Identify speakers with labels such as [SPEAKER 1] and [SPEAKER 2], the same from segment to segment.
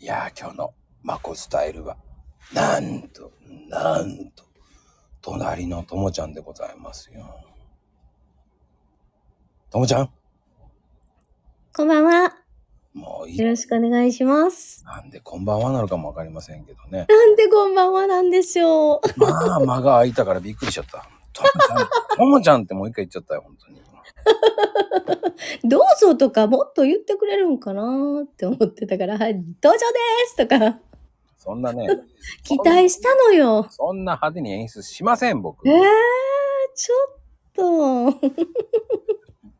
[SPEAKER 1] いやー、今日のマコスタイルは、なんと、なんと、隣のともちゃんでございますよ。ともちゃん
[SPEAKER 2] こんばんは。
[SPEAKER 1] もういい
[SPEAKER 2] よ。ろしくお願いします。
[SPEAKER 1] なんでこんばんはなのかもわかりませんけどね。
[SPEAKER 2] なんでこんばんはなんでしょう。
[SPEAKER 1] まあ、間が空いたからびっくりしちゃった。ともちゃん、ともちゃんってもう一回言っちゃったよ、本当に。
[SPEAKER 2] どうぞとかもっと言ってくれるんかなーって思ってたから、はい、どうぞですとか
[SPEAKER 1] そんなね、
[SPEAKER 2] 期待したのよ。
[SPEAKER 1] そんな派手に演出しません、僕
[SPEAKER 2] え。ー、ちょっと。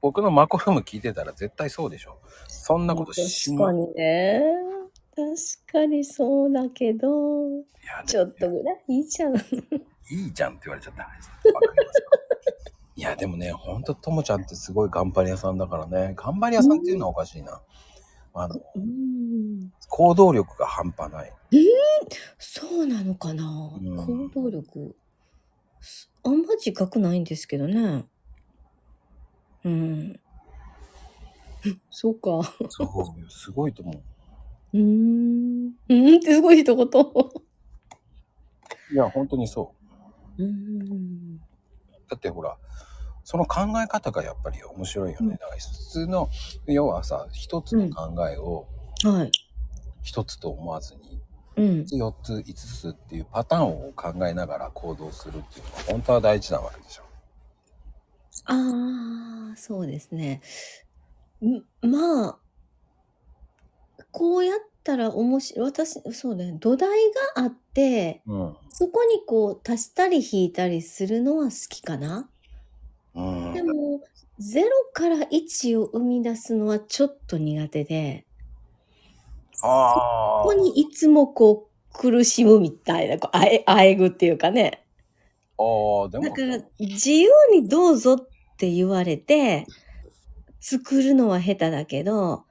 [SPEAKER 1] 僕のマコルーム聞いてたら絶対そうでしょ。そんなことし
[SPEAKER 2] 確か
[SPEAKER 1] ま
[SPEAKER 2] にね。確かにそうだけど、
[SPEAKER 1] いや
[SPEAKER 2] ちょっとぐらいいいじゃん。
[SPEAKER 1] いいじゃんって言われちゃった。わかりますよいや、でもね、ほんと、ともちゃんってすごい頑張り屋さんだからね。頑張り屋さんっていうのはおかしいな。あの、
[SPEAKER 2] うん、
[SPEAKER 1] 行動力が半端ない。
[SPEAKER 2] そうなのかな、
[SPEAKER 1] うん
[SPEAKER 2] 行動力。あんま自覚ないんですけどね。うん。 そうか。
[SPEAKER 1] すごい、すごいと思う。
[SPEAKER 2] うーん。うーんってすごい一言。
[SPEAKER 1] いや、本当にそう。
[SPEAKER 2] うーん。
[SPEAKER 1] だってほら、その考え方がやっぱり面白いよね。だから普通の、要はさ、一つの考えを
[SPEAKER 2] はい。
[SPEAKER 1] 一つと思わずに、
[SPEAKER 2] うん。
[SPEAKER 1] 四つ、5つっていうパターンを考えながら行動するっていうのが本当は大事なわけでしょ。
[SPEAKER 2] ああ、そうですね。んまあ、こうやったら面白い。私、そうね。土台があって、
[SPEAKER 1] うん。
[SPEAKER 2] そこにこう足したり引いたりするのは好きかな。
[SPEAKER 1] うん
[SPEAKER 2] でも、0から1を生み出すのはちょっと苦手で、
[SPEAKER 1] ああ。
[SPEAKER 2] ここにいつもこう苦しむみたいな、こうあえ、あえぐっていうかね。
[SPEAKER 1] ああ、で
[SPEAKER 2] だ
[SPEAKER 1] も、
[SPEAKER 2] から自由にどうぞって言われて作るのは下手だけど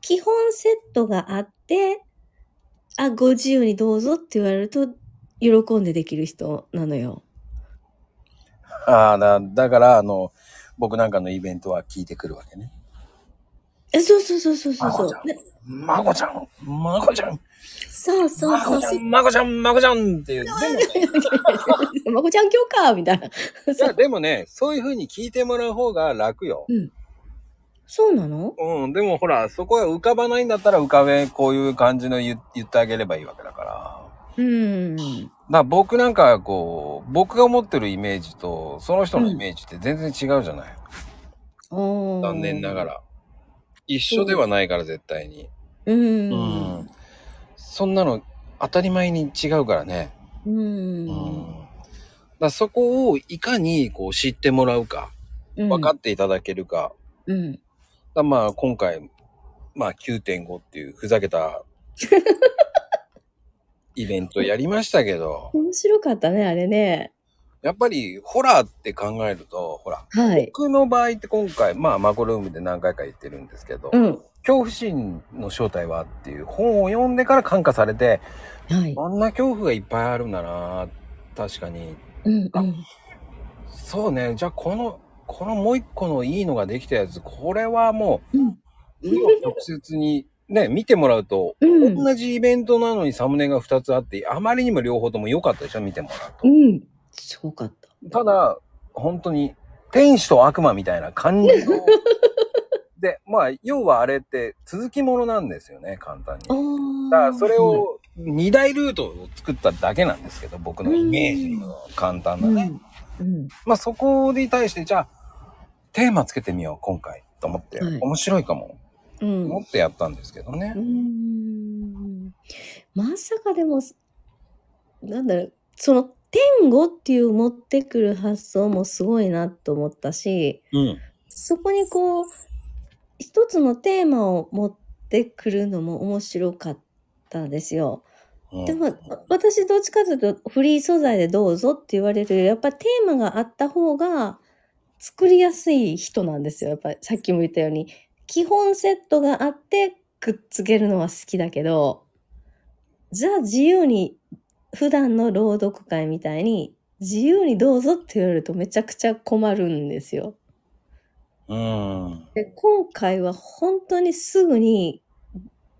[SPEAKER 2] 基本セットがあってあご自由にどうぞって言われると喜んでできる人なのよ。
[SPEAKER 1] ああだ、だから、あの、僕なんかのイベントは聞いてくるわけね。
[SPEAKER 2] えそうそうそうそうそう
[SPEAKER 1] あ
[SPEAKER 2] そ
[SPEAKER 1] そう
[SPEAKER 2] う
[SPEAKER 1] じゃん
[SPEAKER 2] ね
[SPEAKER 1] まこちゃんまこちゃん
[SPEAKER 2] そうそう
[SPEAKER 1] ま
[SPEAKER 2] そ
[SPEAKER 1] こ
[SPEAKER 2] う
[SPEAKER 1] ち
[SPEAKER 2] そ
[SPEAKER 1] ゃ
[SPEAKER 2] う。
[SPEAKER 1] んまこちゃんまこちゃんっていう。でも ね、
[SPEAKER 2] まこちゃん今日かみたいな。
[SPEAKER 1] いやでもね、そういうふうに聞いてもらう方が楽よ。
[SPEAKER 2] そうなの
[SPEAKER 1] うん、でもほら、そこが浮かばないんだったら浮かべ、こういう感じの言言ってあげればいいわけだから。
[SPEAKER 2] うん。
[SPEAKER 1] だから僕なんかはこう、僕が持ってるイメージと、その人のイメージって全然違うじゃない。 残
[SPEAKER 2] 残
[SPEAKER 1] 念なが
[SPEAKER 2] ら。
[SPEAKER 1] ら。一緒ではないから、絶対に。
[SPEAKER 2] うん。
[SPEAKER 1] うんそんなの当たり前に違うからね。
[SPEAKER 2] うん。
[SPEAKER 1] だからそこをいかにこう知ってもらうか、
[SPEAKER 2] うん。
[SPEAKER 1] 分かっていただけるか。
[SPEAKER 2] うん。
[SPEAKER 1] だからまあ今回、まあ9.5っていうふざけ たイベントやりましたけど、
[SPEAKER 2] 面白かったね、あれね。
[SPEAKER 1] やっぱりホラーって考えると、ほら、
[SPEAKER 2] はい。
[SPEAKER 1] 僕の場合って今回、まあマコルームで何回か言ってるんですけど、
[SPEAKER 2] うん。
[SPEAKER 1] 恐怖心の正体はっていう本を読んでから感化されて、
[SPEAKER 2] はい。
[SPEAKER 1] こんな恐怖がいっぱいあるんだな確かに
[SPEAKER 2] うん
[SPEAKER 1] あそうねじゃあこのこのもう一個のいいのができたやつこれはも
[SPEAKER 2] うん。
[SPEAKER 1] う直接にね見てもらうと、
[SPEAKER 2] うん
[SPEAKER 1] 同じイベントなのにサムネが2つあってあまりにも両方とも良かったでしょ見てもらう
[SPEAKER 2] う
[SPEAKER 1] と、
[SPEAKER 2] ん。すごかった。
[SPEAKER 1] ただ本当に天使と悪魔みたいな感じ のでまあ要はあれって続きものなんですよね簡単に
[SPEAKER 2] ああ。
[SPEAKER 1] だからそれを2大ルートを作っただけなんですけど僕のイメージの簡単な
[SPEAKER 2] はい、
[SPEAKER 1] ね、
[SPEAKER 2] うん。
[SPEAKER 1] まあそこに対してじゃあテーマつけてみよう今回と思って、
[SPEAKER 2] はい
[SPEAKER 1] 面白いかも
[SPEAKER 2] うん。うん
[SPEAKER 1] 思ってやったんですけどね
[SPEAKER 2] う、ん。まさかでも、なんだろう、その、天語っていう持ってくる発想もすごいなと思ったし、
[SPEAKER 1] うん、
[SPEAKER 2] そこにこう、一つのテーマを持ってくるのも面白かったですよ。
[SPEAKER 1] うん
[SPEAKER 2] でもわ私どっちかというとフリー素材でどうぞって言われるよりやっぱテーマがあった方が作りやすい人なんですよやっぱりさっきも言ったように基本セットがあってくっつけるのは好きだけどじゃあ自由に普段の朗読会みたいに自由にどうぞって言われるとめちゃくちゃ困るんですよ。
[SPEAKER 1] うん
[SPEAKER 2] で今回は本当にすぐに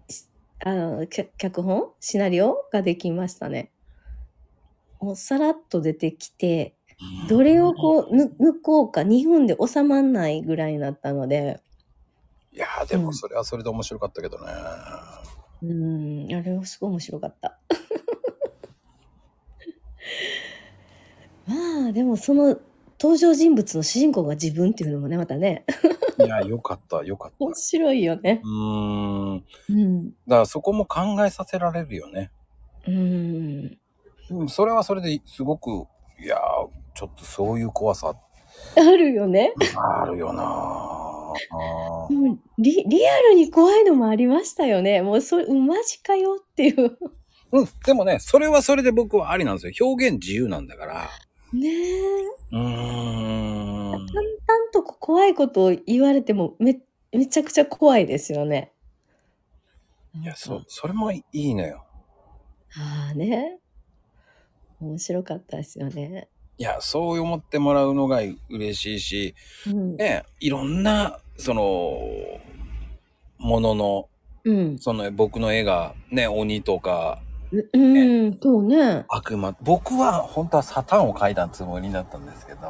[SPEAKER 2] しあのきゃ脚本シナリオができましたね。もうさらっと出てきてどれをこうぬ抜こうか2分で収まんないぐらいになったので
[SPEAKER 1] いやーでもそれはそれで面白かったけどね、
[SPEAKER 2] うんあれはすごい面白かった。 まあでもその登場人物の主人公が自分っていうのもねまたね
[SPEAKER 1] いやよかったよか った
[SPEAKER 2] 面白いよね
[SPEAKER 1] う。ーん
[SPEAKER 2] うん、
[SPEAKER 1] だからそこも考えさせられるよね
[SPEAKER 2] うん
[SPEAKER 1] うんそれはそれですごくいやーちょっとそういう怖さ
[SPEAKER 2] あるよね。
[SPEAKER 1] あるよなあー
[SPEAKER 2] もうリリアルに怖いのもありましたよね。もうそれ、うんマジかよっていう。
[SPEAKER 1] うんでもねそれはそれで僕はありなんですよ表現自由なんだから
[SPEAKER 2] ねえ。
[SPEAKER 1] うーん
[SPEAKER 2] 淡々とこう怖いことを言われてもめ、めちゃくちゃ怖いですよね。
[SPEAKER 1] いやそう。それもいいのよ
[SPEAKER 2] ああね。面白かったですよね。
[SPEAKER 1] いやそう思ってもらうのが嬉しいし
[SPEAKER 2] うん。
[SPEAKER 1] ねいろんなそのものの
[SPEAKER 2] うん。
[SPEAKER 1] その僕の絵がね鬼とか
[SPEAKER 2] うん。そうね。
[SPEAKER 1] 悪魔僕は本当はサタンを描いたつもりだったんですけど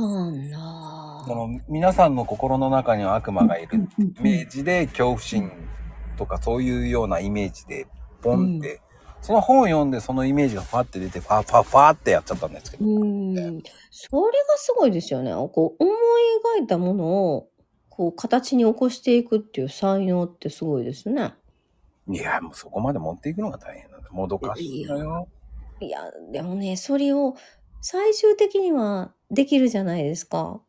[SPEAKER 2] なんだ。
[SPEAKER 1] その皆さんの心の中には悪魔がいる
[SPEAKER 2] うんうん
[SPEAKER 1] イメージで恐怖心とかそういうようなイメージでポンって、その本を読んでそのイメージがパッて出てパッパッパッってやっちゃったんですけど、
[SPEAKER 2] うん。それがすごいですよね。こう思い描いたものをこう形に起こしていくっていう才能ってすごいですね。
[SPEAKER 1] いやもうそこまで持っていくのが大変なんだもどかしいのよ。
[SPEAKER 2] いや、でもね、それを最終的にはできるじゃないですか。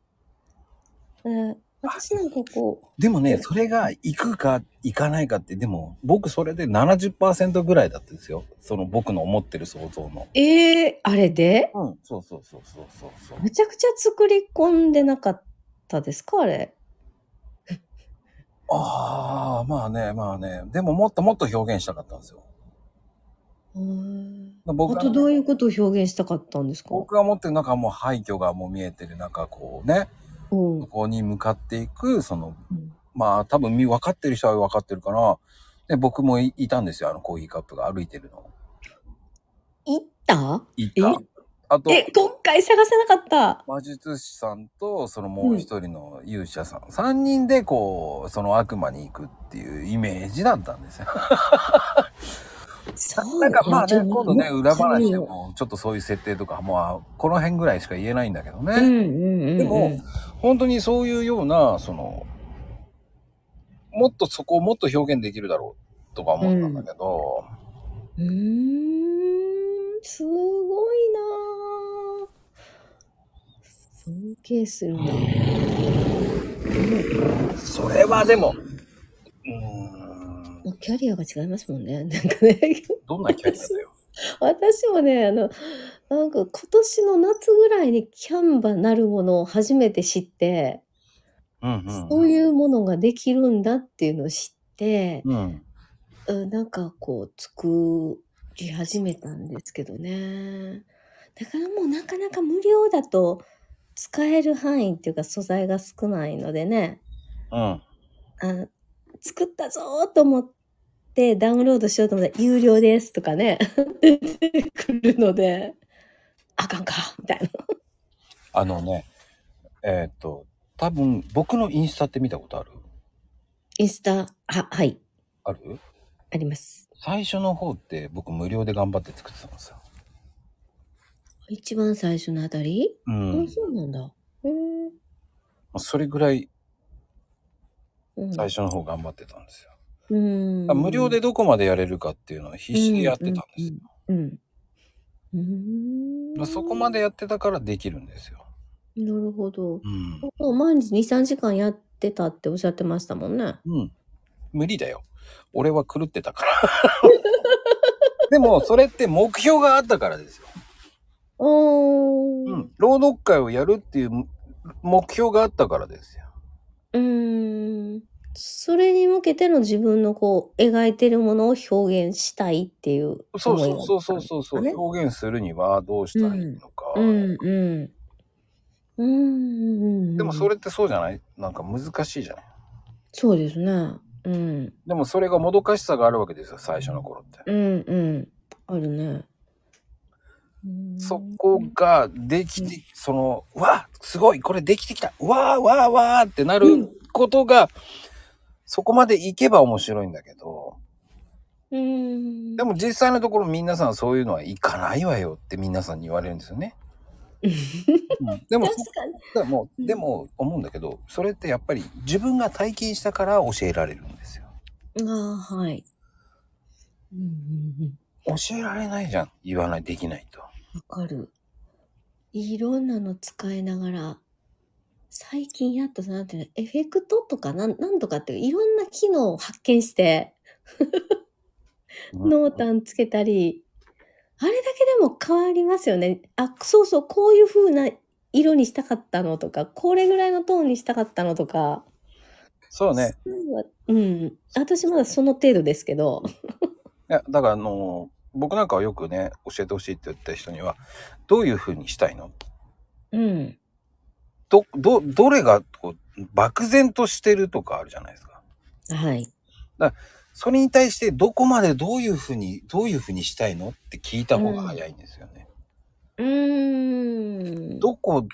[SPEAKER 2] うん、私なんかこ
[SPEAKER 1] でもねそれが行くか行かないかってでも僕それで70%ぐらいだったんですよその僕の思ってる想像の。
[SPEAKER 2] う、ええあれで
[SPEAKER 1] うんそうそうそうそうそうそう。
[SPEAKER 2] めちゃくちゃ作り込んでなかったですかあれ。
[SPEAKER 1] ああまあねまあねでももっともっと表現したかったんですよ。
[SPEAKER 2] あ
[SPEAKER 1] 僕が
[SPEAKER 2] とどういうことを表現したかったんですか
[SPEAKER 1] 僕が持ってる中もう廃墟がもう見えてる中こうね
[SPEAKER 2] うん
[SPEAKER 1] こ。こに向かっていくその
[SPEAKER 2] うん
[SPEAKER 1] まあ多分み分かってる人は分かってるからで僕もいいたんですよあのコーヒーカップが歩いてるの。
[SPEAKER 2] 行った
[SPEAKER 1] いたあと
[SPEAKER 2] え、今回探せなかった。
[SPEAKER 1] 魔術師さんとそのもう一人の勇者さん、3人でこうその悪魔に行くっていうイメージだったんですよ。
[SPEAKER 2] そう
[SPEAKER 1] なんかまあ
[SPEAKER 2] じ
[SPEAKER 1] ね
[SPEAKER 2] ゃ
[SPEAKER 1] 今度ね裏話で
[SPEAKER 2] も
[SPEAKER 1] もちょっとそういう設定とかもうこの辺ぐらいしか言えないんだけどね。
[SPEAKER 2] う。うんうんうんうん。
[SPEAKER 1] でも、本当にそういうようなそのもっとそこをもっと表現できるだろうとか思ったんだけど、
[SPEAKER 2] うーん、すごいなぁ。尊敬するなぁ。
[SPEAKER 1] それはでもうーん
[SPEAKER 2] もうキャリアが違いますもんね。 なんかね、
[SPEAKER 1] どんなキャリアだよ。
[SPEAKER 2] 私もね、あの、なんか今年の夏ぐらいにキャンバなるものを初めて知って、
[SPEAKER 1] うんうん
[SPEAKER 2] そういうものができるんだっていうのを知って、
[SPEAKER 1] うん、
[SPEAKER 2] うん、なんかこう作り始めたんですけどねだからもうなかなか無料だと使える範囲っていうか素材が少ないのでね
[SPEAKER 1] うん、
[SPEAKER 2] あ作ったぞーと思ってダウンロードしようと思ったら有料ですとかね 出てくるのであかんかみたいな
[SPEAKER 1] あのねえーっと多分僕のインスタって見たことある
[SPEAKER 2] インスタははい
[SPEAKER 1] ある
[SPEAKER 2] あります
[SPEAKER 1] 最初の方って僕無料で頑張って作ってたんですよ。
[SPEAKER 2] 一番最初のあたり、
[SPEAKER 1] う
[SPEAKER 2] うんあ、そうなんだへえ
[SPEAKER 1] それぐらい
[SPEAKER 2] うん
[SPEAKER 1] 最初の方頑張ってたんですよ。
[SPEAKER 2] うん
[SPEAKER 1] だから無料でどこまでやれるかっていうのを必死でやってたんですよ。
[SPEAKER 2] うん。うん。
[SPEAKER 1] まあ、そこまで。やってたからできるんですよ。
[SPEAKER 2] なるほど。
[SPEAKER 1] うん。
[SPEAKER 2] 毎日2、3時間やってたっておっしゃってましたもんね。
[SPEAKER 1] うん。無理だよ。俺は狂ってたから。 でも、それって目標があったからですよ。
[SPEAKER 2] お
[SPEAKER 1] う
[SPEAKER 2] ー。
[SPEAKER 1] ん。朗読会をやるっていう目標があったからですよ。
[SPEAKER 2] うん。ん。それに向けての自分のこう描いてるものを表現したいっていう
[SPEAKER 1] そう
[SPEAKER 2] 思い
[SPEAKER 1] そうそうそうそうそう、
[SPEAKER 2] ね
[SPEAKER 1] 表現するにはどうしたらいいのか。
[SPEAKER 2] うんうんうんうんうん。
[SPEAKER 1] でもそれってそうじゃないなんか難しいじゃない
[SPEAKER 2] そうですね。うん。
[SPEAKER 1] でもそれがもどかしさがあるわけですよ、最初の頃って。
[SPEAKER 2] うんうん。あるね。うん
[SPEAKER 1] そこができて、その、うわすごいこれできてきたうわーわーわーってなることが、そこまでいけば面白いんだけど、
[SPEAKER 2] うん。
[SPEAKER 1] でも実際のところ皆さんそういうのはいかないわよって皆さんに言われるんですよ ね。うんでも、そ
[SPEAKER 2] 確かに。
[SPEAKER 1] こはも
[SPEAKER 2] う
[SPEAKER 1] う、
[SPEAKER 2] ん
[SPEAKER 1] でも思うんだけど、それってやっぱり自分が体験したから教えられるんですよ。
[SPEAKER 2] ああ、はい。うんうんうん。
[SPEAKER 1] 教えられないじゃん。言わない、できないと。
[SPEAKER 2] わかる。いろんなの使いながら、最近やっとなんていうの、エフェクトとかなんなんとかっていういろんな機能を発見して、
[SPEAKER 1] うん
[SPEAKER 2] 濃淡つけたり、あれだけでも変わりますよね。あ、そうそう、こういう風な色にしたかったのとか、これぐらいのトーンにしたかったのとか。
[SPEAKER 1] そうね。
[SPEAKER 2] そういうのはうん。私まだその程度ですけど。
[SPEAKER 1] いや、だからあのー僕なんかはよくね、教えてほしいって言った人には、どういうふうにしたいの
[SPEAKER 2] うん。
[SPEAKER 1] ど、ど、どれがこう、漠然としてるとかあるじゃないですか。
[SPEAKER 2] はい。
[SPEAKER 1] それに対して、どこまでどういうふうに、どういうふうにしたいのって聞いた方が早いんですよね。
[SPEAKER 2] うーん。
[SPEAKER 1] どこ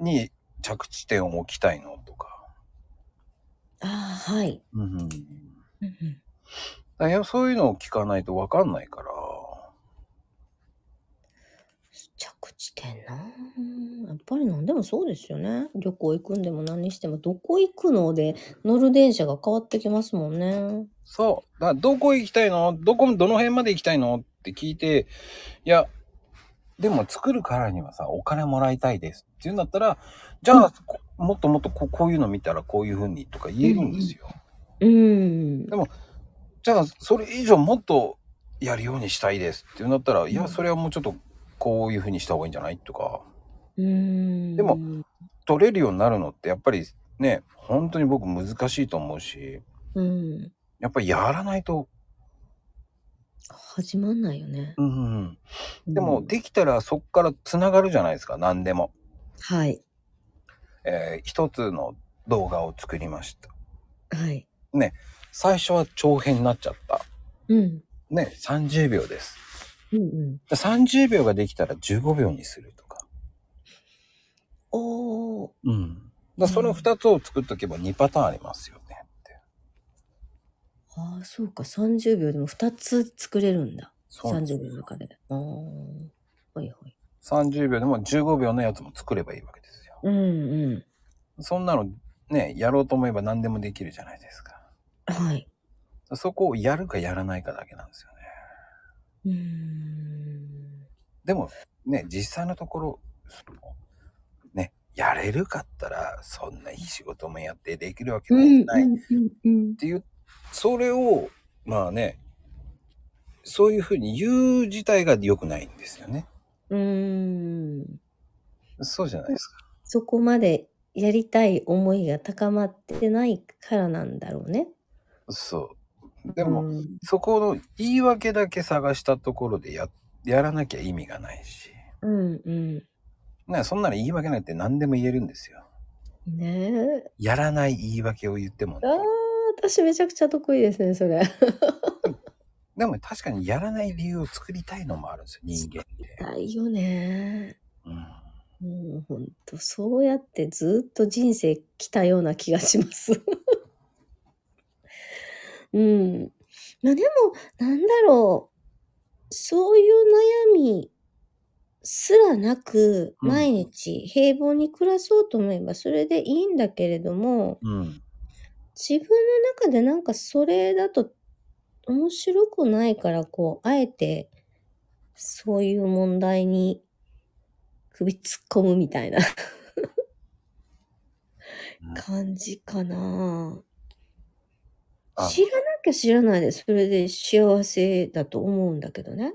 [SPEAKER 1] に着地点を置きたいのとか。
[SPEAKER 2] ああ、はい。
[SPEAKER 1] うんうん、
[SPEAKER 2] うんうん
[SPEAKER 1] だからそういうのを聞かないとわかんないから。
[SPEAKER 2] 着地点なやっぱり何でもそうですよね旅行行くんでも何にしてもどこ行くので乗る電車が変わってきますもんね
[SPEAKER 1] そう。だからどこ行きたいのどこ、どの辺まで行きたいのって聞いて、いや、でも作るからにはさ、お金もらいたいですって言うんだったら、じゃあ、こもっともっとここういうの見たらこういうふうにとか言えるんですよ。
[SPEAKER 2] うん
[SPEAKER 1] じゃあ、それ以上もっとやるようにしたいですって言うんだったら、いうや、
[SPEAKER 2] ん
[SPEAKER 1] それはもうちょっとこういうふうにした方がいいんじゃないとか、
[SPEAKER 2] うん
[SPEAKER 1] でも取れるようになるのってやっぱりね、本当に僕難しいと思うし、
[SPEAKER 2] うん
[SPEAKER 1] やっぱりやらないと、
[SPEAKER 2] 始まんないよね
[SPEAKER 1] うんうんうん。でも、
[SPEAKER 2] うん
[SPEAKER 1] できたらそこからつながるじゃないですか何でも、
[SPEAKER 2] はい
[SPEAKER 1] えー一つの動画を作りました
[SPEAKER 2] はい
[SPEAKER 1] 最初は長編になっちゃった
[SPEAKER 2] うん
[SPEAKER 1] ね30秒です
[SPEAKER 2] うんうん
[SPEAKER 1] で30秒ができたら15秒にするとか
[SPEAKER 2] おー
[SPEAKER 1] うんだその2つを作っとけば2パターンありますよねって
[SPEAKER 2] あーそうか30秒でも2つ作れるんだ
[SPEAKER 1] そうなんです
[SPEAKER 2] 30秒の中でああはいはい
[SPEAKER 1] 30秒でも15秒のやつも作ればいいわけですよ
[SPEAKER 2] うんうん
[SPEAKER 1] そんなのねやろうと思えば何でもできるじゃないですか
[SPEAKER 2] はい
[SPEAKER 1] そこをやるかやらないかだけなんですよね
[SPEAKER 2] うん
[SPEAKER 1] でもね実際のところそのねやれるかったらそんないい仕事もやってできるわけないじゃないっ
[SPEAKER 2] うんうん
[SPEAKER 1] ていう、それをまあねそういうふうに言う自体が良くないんですよね
[SPEAKER 2] うん、うーん
[SPEAKER 1] そうじゃないですか
[SPEAKER 2] そこまでやりたい思いが高まってないからなんだろうね。
[SPEAKER 1] そうでも、
[SPEAKER 2] うん
[SPEAKER 1] そこの言い訳だけ探したところでややらなきゃ意味がないし
[SPEAKER 2] うんう
[SPEAKER 1] ねそんなの言い訳なんて何でも言えるんですよ
[SPEAKER 2] ん。ねえ。
[SPEAKER 1] やらない言い訳を言っても
[SPEAKER 2] ああ、私めちゃくちゃ得意ですね、それ。
[SPEAKER 1] でも確かにやらない理由を作りたいのもあるんですよ人間って
[SPEAKER 2] ないよね。
[SPEAKER 1] うん
[SPEAKER 2] もうほんと、そうやってずっと人生来たような気がします。 うん。まあでも、なんだろう。そういう悩みすらなく、
[SPEAKER 1] うん
[SPEAKER 2] 毎日平凡に暮らそうと思えばそれでいいんだけれども、
[SPEAKER 1] うん、
[SPEAKER 2] 自分の中でなんかそれだと面白くないから、こう、あえてそういう問題に首突っ込むみたいな感じかな。
[SPEAKER 1] あ
[SPEAKER 2] 知らなきゃ知らないで、それで幸せだと思うんだけどね。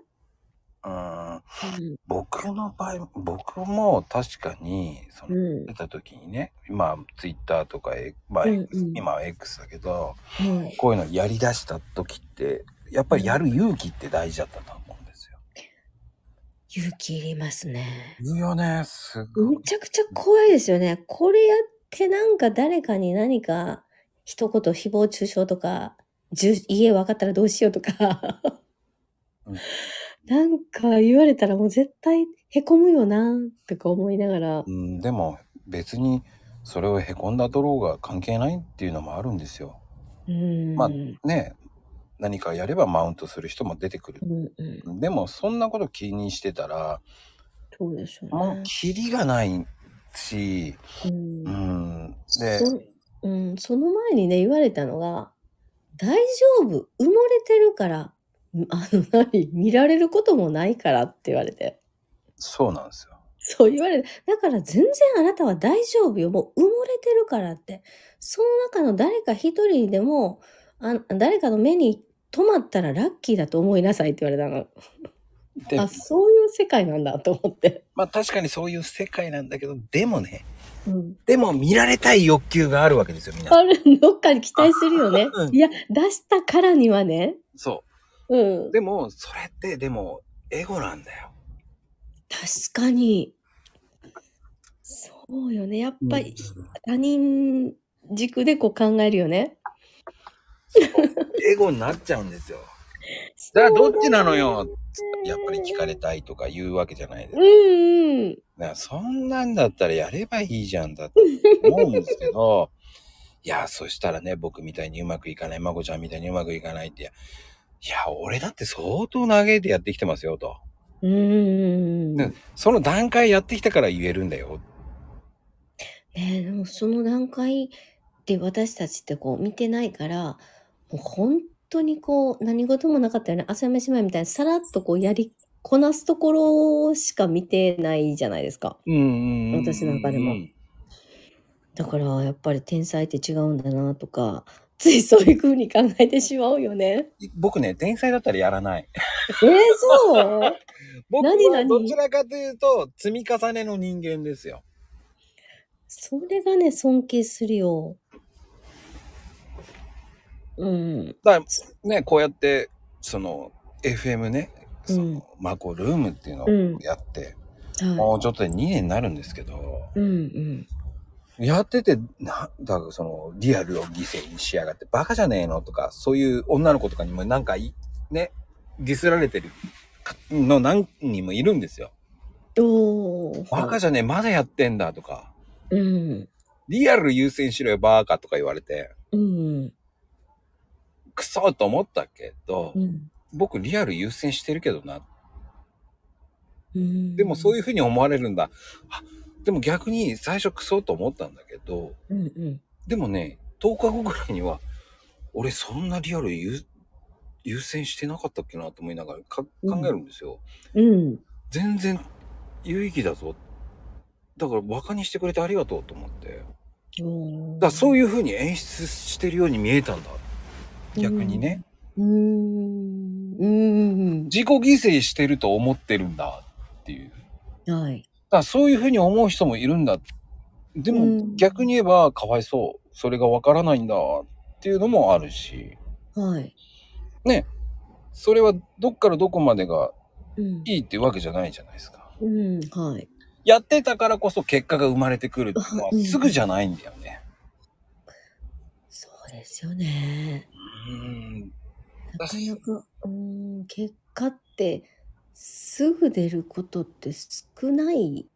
[SPEAKER 1] うん僕の場合僕も確かにそ
[SPEAKER 2] うん。
[SPEAKER 1] の
[SPEAKER 2] う
[SPEAKER 1] 出た時にね今 Twitter とか、えまあ
[SPEAKER 2] うんうん
[SPEAKER 1] X 今は X だけど
[SPEAKER 2] ん。はい。
[SPEAKER 1] こういうのやりだした時ってやっぱりやる勇気って大事だったと思うんですよ。
[SPEAKER 2] 勇気いりますね。
[SPEAKER 1] いいよねすご
[SPEAKER 2] め
[SPEAKER 1] い。
[SPEAKER 2] ちゃくちゃ怖いですよね。これやってなんか誰かに何か一言誹謗中傷とか、住家分かったらどうしようとか、
[SPEAKER 1] うん
[SPEAKER 2] なんか言われたらもう絶対へこむよなとか思いながら
[SPEAKER 1] う、ん、でも別にそれをへこんだとろうが関係ないっていうのもあるんですよ。
[SPEAKER 2] うん、
[SPEAKER 1] まあ
[SPEAKER 2] うん
[SPEAKER 1] ねえ何かやればマウントする人も出てくる。
[SPEAKER 2] うん、
[SPEAKER 1] でもそんなこと気にしてたら
[SPEAKER 2] そうでしょう
[SPEAKER 1] もう
[SPEAKER 2] ね。
[SPEAKER 1] キリがないし、
[SPEAKER 2] うん
[SPEAKER 1] うん、で
[SPEAKER 2] そうん、その前にね言われたのが「大丈夫埋もれてるからあの何見られることもないから」って言われて
[SPEAKER 1] そうなんですよ。
[SPEAKER 2] そう言われてだから全然あなたは大丈夫よもう埋もれてるからってその中の誰か一人でもあ誰かの目に留まったらラッキーだと思いなさいって言われたの
[SPEAKER 1] で
[SPEAKER 2] あそういう世界なんだと思って、
[SPEAKER 1] まあ確かにそういう世界なんだけどでもね
[SPEAKER 2] うん、
[SPEAKER 1] でも見られたい欲求があるわけですよみんな。
[SPEAKER 2] あるどっかに期待するよね
[SPEAKER 1] うん
[SPEAKER 2] いや出したからにはね
[SPEAKER 1] そ
[SPEAKER 2] うん
[SPEAKER 1] うでもそれってでもエゴなんだよ。
[SPEAKER 2] 確かにそうよねやっぱり
[SPEAKER 1] うん
[SPEAKER 2] 他人軸でこう考えるよね
[SPEAKER 1] エゴになっちゃうんですよ。だからどっちなのよ
[SPEAKER 2] そうだね
[SPEAKER 1] やっぱり聞かれたいとか言うわけじゃないです
[SPEAKER 2] う。んうん
[SPEAKER 1] だからそんなんだったらやればいいじゃんだって思うんですけど、 いや、そしたらね、僕みたいにうまくいかない、まこちゃんみたいにうまくいかないって、いや、いや俺だって相当嘆いてやってきてますよと。
[SPEAKER 2] うんうんうん
[SPEAKER 1] ねその段階やってきたから言えるんだよ。
[SPEAKER 2] ねでもその段階で私たちってこう見てないからもう本当にこう何事もなかったよね朝飯前みたいにさらっとこうやりこなすところしか見てないじゃないですか
[SPEAKER 1] うんうんうんうん。
[SPEAKER 2] 私なんかでも
[SPEAKER 1] うん
[SPEAKER 2] だからやっぱり天才って違うんだなとかついそういう風に考えてしまうよね。
[SPEAKER 1] 僕ね、天才だったらやらない。
[SPEAKER 2] えー、そう
[SPEAKER 1] 僕
[SPEAKER 2] 何
[SPEAKER 1] は
[SPEAKER 2] 何
[SPEAKER 1] どちらかというと、積み重ねの人間ですよ。
[SPEAKER 2] それがね尊敬するよ。うん
[SPEAKER 1] だからね、こうやって、その、FM ね、その、
[SPEAKER 2] うん
[SPEAKER 1] マコルームっていうの
[SPEAKER 2] う
[SPEAKER 1] を
[SPEAKER 2] ん
[SPEAKER 1] やって、
[SPEAKER 2] は
[SPEAKER 1] もうちょっとで2年になるんですけど、
[SPEAKER 2] い。うんうん。
[SPEAKER 1] やってて、なんだかその、リアルを犠牲にしやがって、バカじゃねえのとか、そういう女の子とかにもなんかい、ね、ディスられてるの何人もいるんですよ。
[SPEAKER 2] おお。
[SPEAKER 1] バカじゃねえ、まだやってんだとか、
[SPEAKER 2] うん
[SPEAKER 1] リアル優先しろよ、バカとか言われて、
[SPEAKER 2] うん
[SPEAKER 1] クソと思ったけど
[SPEAKER 2] う、ん
[SPEAKER 1] 僕リアル優先してるけどな。
[SPEAKER 2] うん。
[SPEAKER 1] でもそう
[SPEAKER 2] い
[SPEAKER 1] いうふうに思われるんだ。あでも逆に最初クソと思ったんだけど、
[SPEAKER 2] うん。うん
[SPEAKER 1] でもね、10日後ぐらいには、俺そんなリアル優優先してなかったっけなと思いながらか
[SPEAKER 2] うん
[SPEAKER 1] 考えるんですよ。
[SPEAKER 2] うん。
[SPEAKER 1] 全然有意義だぞ。だからバカにしてくれてありがとうと思って。だか
[SPEAKER 2] お
[SPEAKER 1] らそう
[SPEAKER 2] い
[SPEAKER 1] いう風に演出してるように見えたんだ。逆にね。。
[SPEAKER 2] うんうん
[SPEAKER 1] 自己犠牲してると思ってるんだっていう。だ
[SPEAKER 2] うん。はい。
[SPEAKER 1] からそういう風に思う人もいるんだ。で
[SPEAKER 2] う
[SPEAKER 1] も
[SPEAKER 2] ん
[SPEAKER 1] 逆に言えばかわいそう。それがわからないんだっていうのもあるし。
[SPEAKER 2] はい。
[SPEAKER 1] それはどっからどこまでが
[SPEAKER 2] うん
[SPEAKER 1] いいっていうわけじゃないじゃないですか。
[SPEAKER 2] うんはい。
[SPEAKER 1] やってたからこそ結果が生まれてくるっていうのは
[SPEAKER 2] うん
[SPEAKER 1] すぐじゃないんだよね。
[SPEAKER 2] そうですよね。
[SPEAKER 1] うん。
[SPEAKER 2] なかなか、うーん、結果ってすぐ出ることって少ない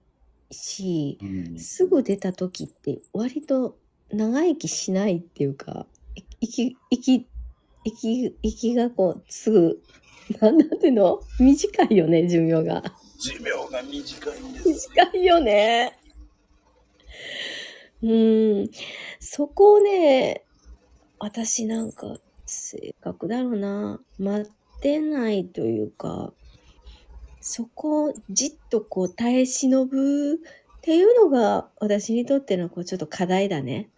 [SPEAKER 2] し、すぐ出た時って割と長生きしないっていうか、い息、息、息、息がこう、すぐ、 なんなんていうの短いよね、寿命が。
[SPEAKER 1] 寿命が短いんで。
[SPEAKER 2] 短いよね。うん。そこをね、私なんか性格だろうな。待ってないというか、そこをじっとこう耐え忍ぶっていうのが私にとってのこうちょっと課題だね。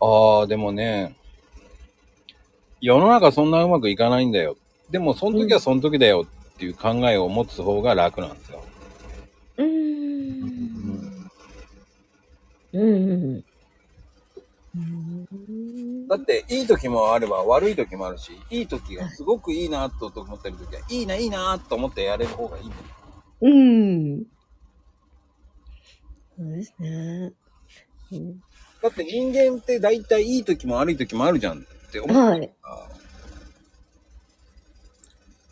[SPEAKER 1] ああ、でもね、世の中そんなうまくいかないんだよ。でもその時はその時だよっていう考えを持つ方が楽なんですよ。
[SPEAKER 2] うーん。うんうんうん。う
[SPEAKER 1] だっていい時もあれば悪い時もあるし、いい時がすごくいいなと思ってる時は、いいないいなと思ってやれる方がいい。
[SPEAKER 2] ーん。そうですね。うん
[SPEAKER 1] だって人間って大体いい時も悪い時もあるじゃんって思うから、
[SPEAKER 2] はい。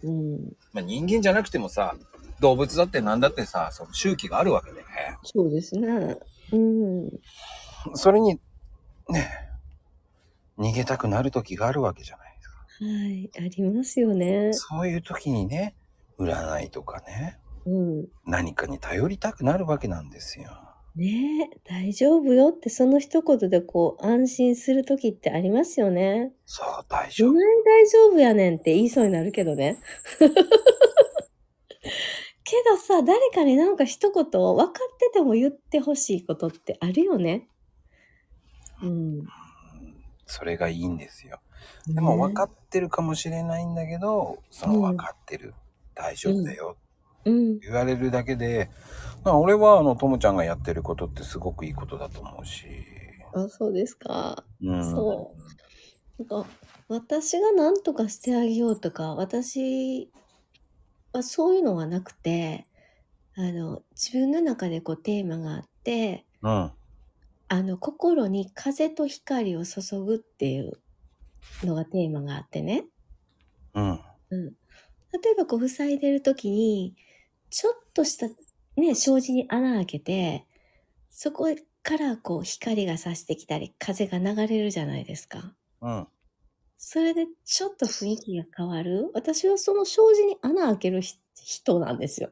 [SPEAKER 2] うん。
[SPEAKER 1] まあ、人間じゃなくてもさ、動物だって何だってさ、その周期があるわけでね。
[SPEAKER 2] そうですね。うん。
[SPEAKER 1] それに、ね、逃げたくなる時があるわけじゃないですか。
[SPEAKER 2] はい。ありますよね。
[SPEAKER 1] そういう時にね、占いとかね、
[SPEAKER 2] うん。
[SPEAKER 1] 何かに頼りたくなるわけなんですよ。
[SPEAKER 2] ねえ、大丈夫よって、その一言でこう、安心するときってありますよね。
[SPEAKER 1] そう、大丈
[SPEAKER 2] ど
[SPEAKER 1] 夫。
[SPEAKER 2] ない大丈夫やねんって言いそうになるけどね。 けどさ、誰かになんか一言分かってても言ってほしいことってあるよね。うん。
[SPEAKER 1] それがいいんですよ。でも分か
[SPEAKER 2] っ
[SPEAKER 1] ってるかもしれないんだけど、その分かってる。大丈夫だよ。
[SPEAKER 2] うん。
[SPEAKER 1] 言われるだけで、まあ俺はあの、ともちゃんがやってることってすごくいいことだと思うし。
[SPEAKER 2] あ、そうですか。
[SPEAKER 1] うん。
[SPEAKER 2] そなんか、私が何とかしてあげようとか、私はそういうのはなくて、あの、自分の中でこうテーマがあって、
[SPEAKER 1] う。うん。
[SPEAKER 2] あの心に風と光を注ぐっていうのがテーマがあってね、
[SPEAKER 1] うん。
[SPEAKER 2] うん、例えばこう塞いでる時にちょっとしたね障子に穴開けてそこからこう光が差してきたり風が流れるじゃないですか
[SPEAKER 1] うん。
[SPEAKER 2] それでちょっと雰囲気が変わる私はその障子に穴開けるひ人なんですよ